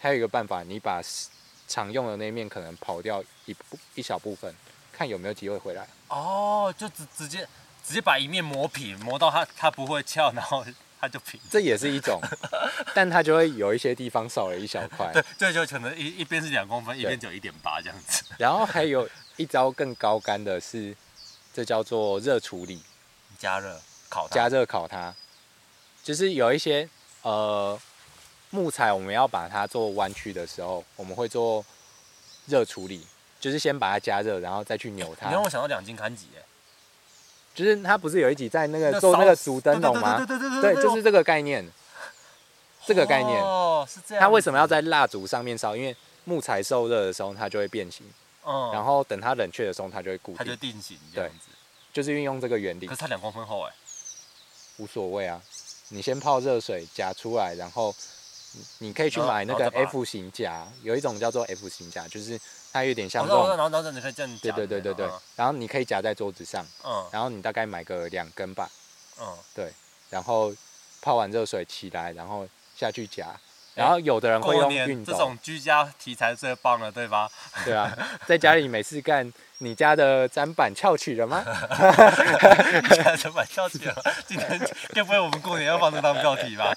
Speaker 1: 还有一个办法，你把常用的那一面可能刨掉一部一小部分，看有没有机会回来。
Speaker 2: 哦，就直直接直接把一面磨平，磨到它它不会翘，然后它就平。
Speaker 1: 这也是一
Speaker 2: (laughs)
Speaker 1: 种，但它就会有一些地方少了一小块。
Speaker 2: 对，这就可能一一边是两公分，一边只有一点八这样子。
Speaker 1: 然后还有一招更高干的是，这叫做热处理，
Speaker 2: (laughs) 加热烤它
Speaker 1: 加热烤它，就是有一些呃木材，我们要把它做弯曲的时候，我们会做热处理，就是先把它加热，然后再去扭它
Speaker 2: 你。让我想到两斤砍几耶，
Speaker 1: 就是它不是有一集在那个
Speaker 2: 那
Speaker 1: 做
Speaker 2: 烧
Speaker 1: 那个竹灯
Speaker 2: 对
Speaker 1: 笼吗？
Speaker 2: 对对对
Speaker 1: 对，
Speaker 2: 对，
Speaker 1: 就是这个概念，这个概念。
Speaker 2: 哦，是这样。
Speaker 1: 它为什么要？在蜡烛上面烧？因为木材受热的时候它就会变形，
Speaker 2: 嗯，
Speaker 1: 然后等它冷却的时候它就会固
Speaker 2: 它就
Speaker 1: 定，
Speaker 2: 定型这样子。
Speaker 1: 就是运用这个原理
Speaker 2: 可是，它两公分厚哎，
Speaker 1: 无所谓啊。你先泡热水夹出来，然后你你可以去
Speaker 2: 然后
Speaker 1: 买那
Speaker 2: 然后
Speaker 1: 个
Speaker 2: 再把它
Speaker 1: F 型夹，有一种叫做 F 型夹，就是它有点像
Speaker 2: 我
Speaker 1: 这
Speaker 2: 知道我知道，
Speaker 1: 种，
Speaker 2: 然后然后你可以这样
Speaker 1: 对
Speaker 2: 夹
Speaker 1: 对对对对。
Speaker 2: 哦
Speaker 1: 然后你可以夹在桌子上，
Speaker 2: 嗯
Speaker 1: 然后你大概买个两根吧，
Speaker 2: 嗯，
Speaker 1: 然后泡完热水起来，然后下去
Speaker 2: 哎
Speaker 1: 夹。然后有的人会
Speaker 2: 过
Speaker 1: 用运
Speaker 2: 年这
Speaker 1: 动，
Speaker 2: 种居家题材最棒了，对吧？
Speaker 1: 对啊，在家里每次干，你家的砧板翘起了吗？
Speaker 2: 这板翘起了，今天该不会我们过年要放这当标题吧？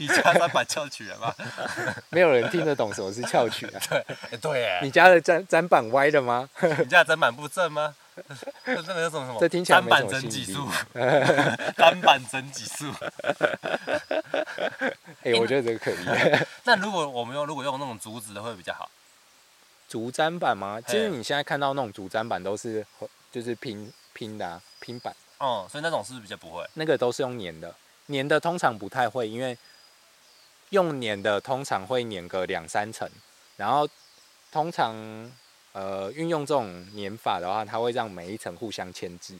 Speaker 2: 你你家三板翘起了吧？
Speaker 1: 没有人听得懂什么是翘起啊。
Speaker 2: 哎对耶，
Speaker 1: 你家的砧砧板歪了吗？
Speaker 2: 你家砧板不正吗？ (laughs) 这那个叫什么什么？
Speaker 1: 这听起来
Speaker 2: 砧
Speaker 1: 没什
Speaker 2: 板
Speaker 1: 么
Speaker 2: 整
Speaker 1: 吸
Speaker 2: 几
Speaker 1: 引 (laughs)
Speaker 2: 数，砧板整几数。
Speaker 1: 哎、我觉得这个可以。
Speaker 2: 那如果我们用如果用那种竹子的会比较好。
Speaker 1: (laughs) 竹砧板吗？其实你现在看到那种竹砧板都是和就是拼拼的、啊、拼板，
Speaker 2: 哦、所以那种是不是比较不会？
Speaker 1: 那个都是用粘的。粘的通常不太会，因为用粘的通常会粘个两三层，然后通常呃运用这种粘法的话，它会让每一层互相牵制。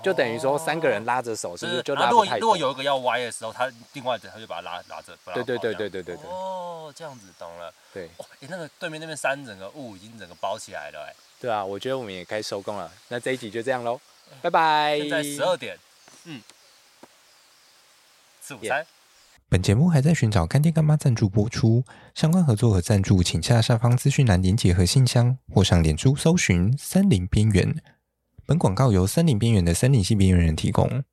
Speaker 1: 就等于说三个人拉着手，是
Speaker 2: 就
Speaker 1: 不
Speaker 2: 是
Speaker 1: 是就
Speaker 2: 啊
Speaker 1: 拉
Speaker 2: 如
Speaker 1: 不
Speaker 2: 果
Speaker 1: 太
Speaker 2: 如果
Speaker 1: 动？
Speaker 2: 有一个要歪的时候，他另外一个他就把它拉拉着，不让
Speaker 1: 对
Speaker 2: 它
Speaker 1: 对
Speaker 2: 跑
Speaker 1: 对对
Speaker 2: 这
Speaker 1: 对
Speaker 2: 样
Speaker 1: 对对
Speaker 2: 哦，这样子懂了。
Speaker 1: 对
Speaker 2: 哇、诶那个对面那边山整个雾已经整个包起来了、诶
Speaker 1: 对啊！我觉得我们也该收工了，那这一集就这样喽，拜拜。
Speaker 2: 现在十二点，嗯，吃午餐。
Speaker 3: 本节目还在寻找干爹干妈赞助播出，相关合作和赞助，请下下方资讯栏连结和信箱，或上脸书搜寻“森林边缘”。本广告由森林边缘的森林系边缘人提供。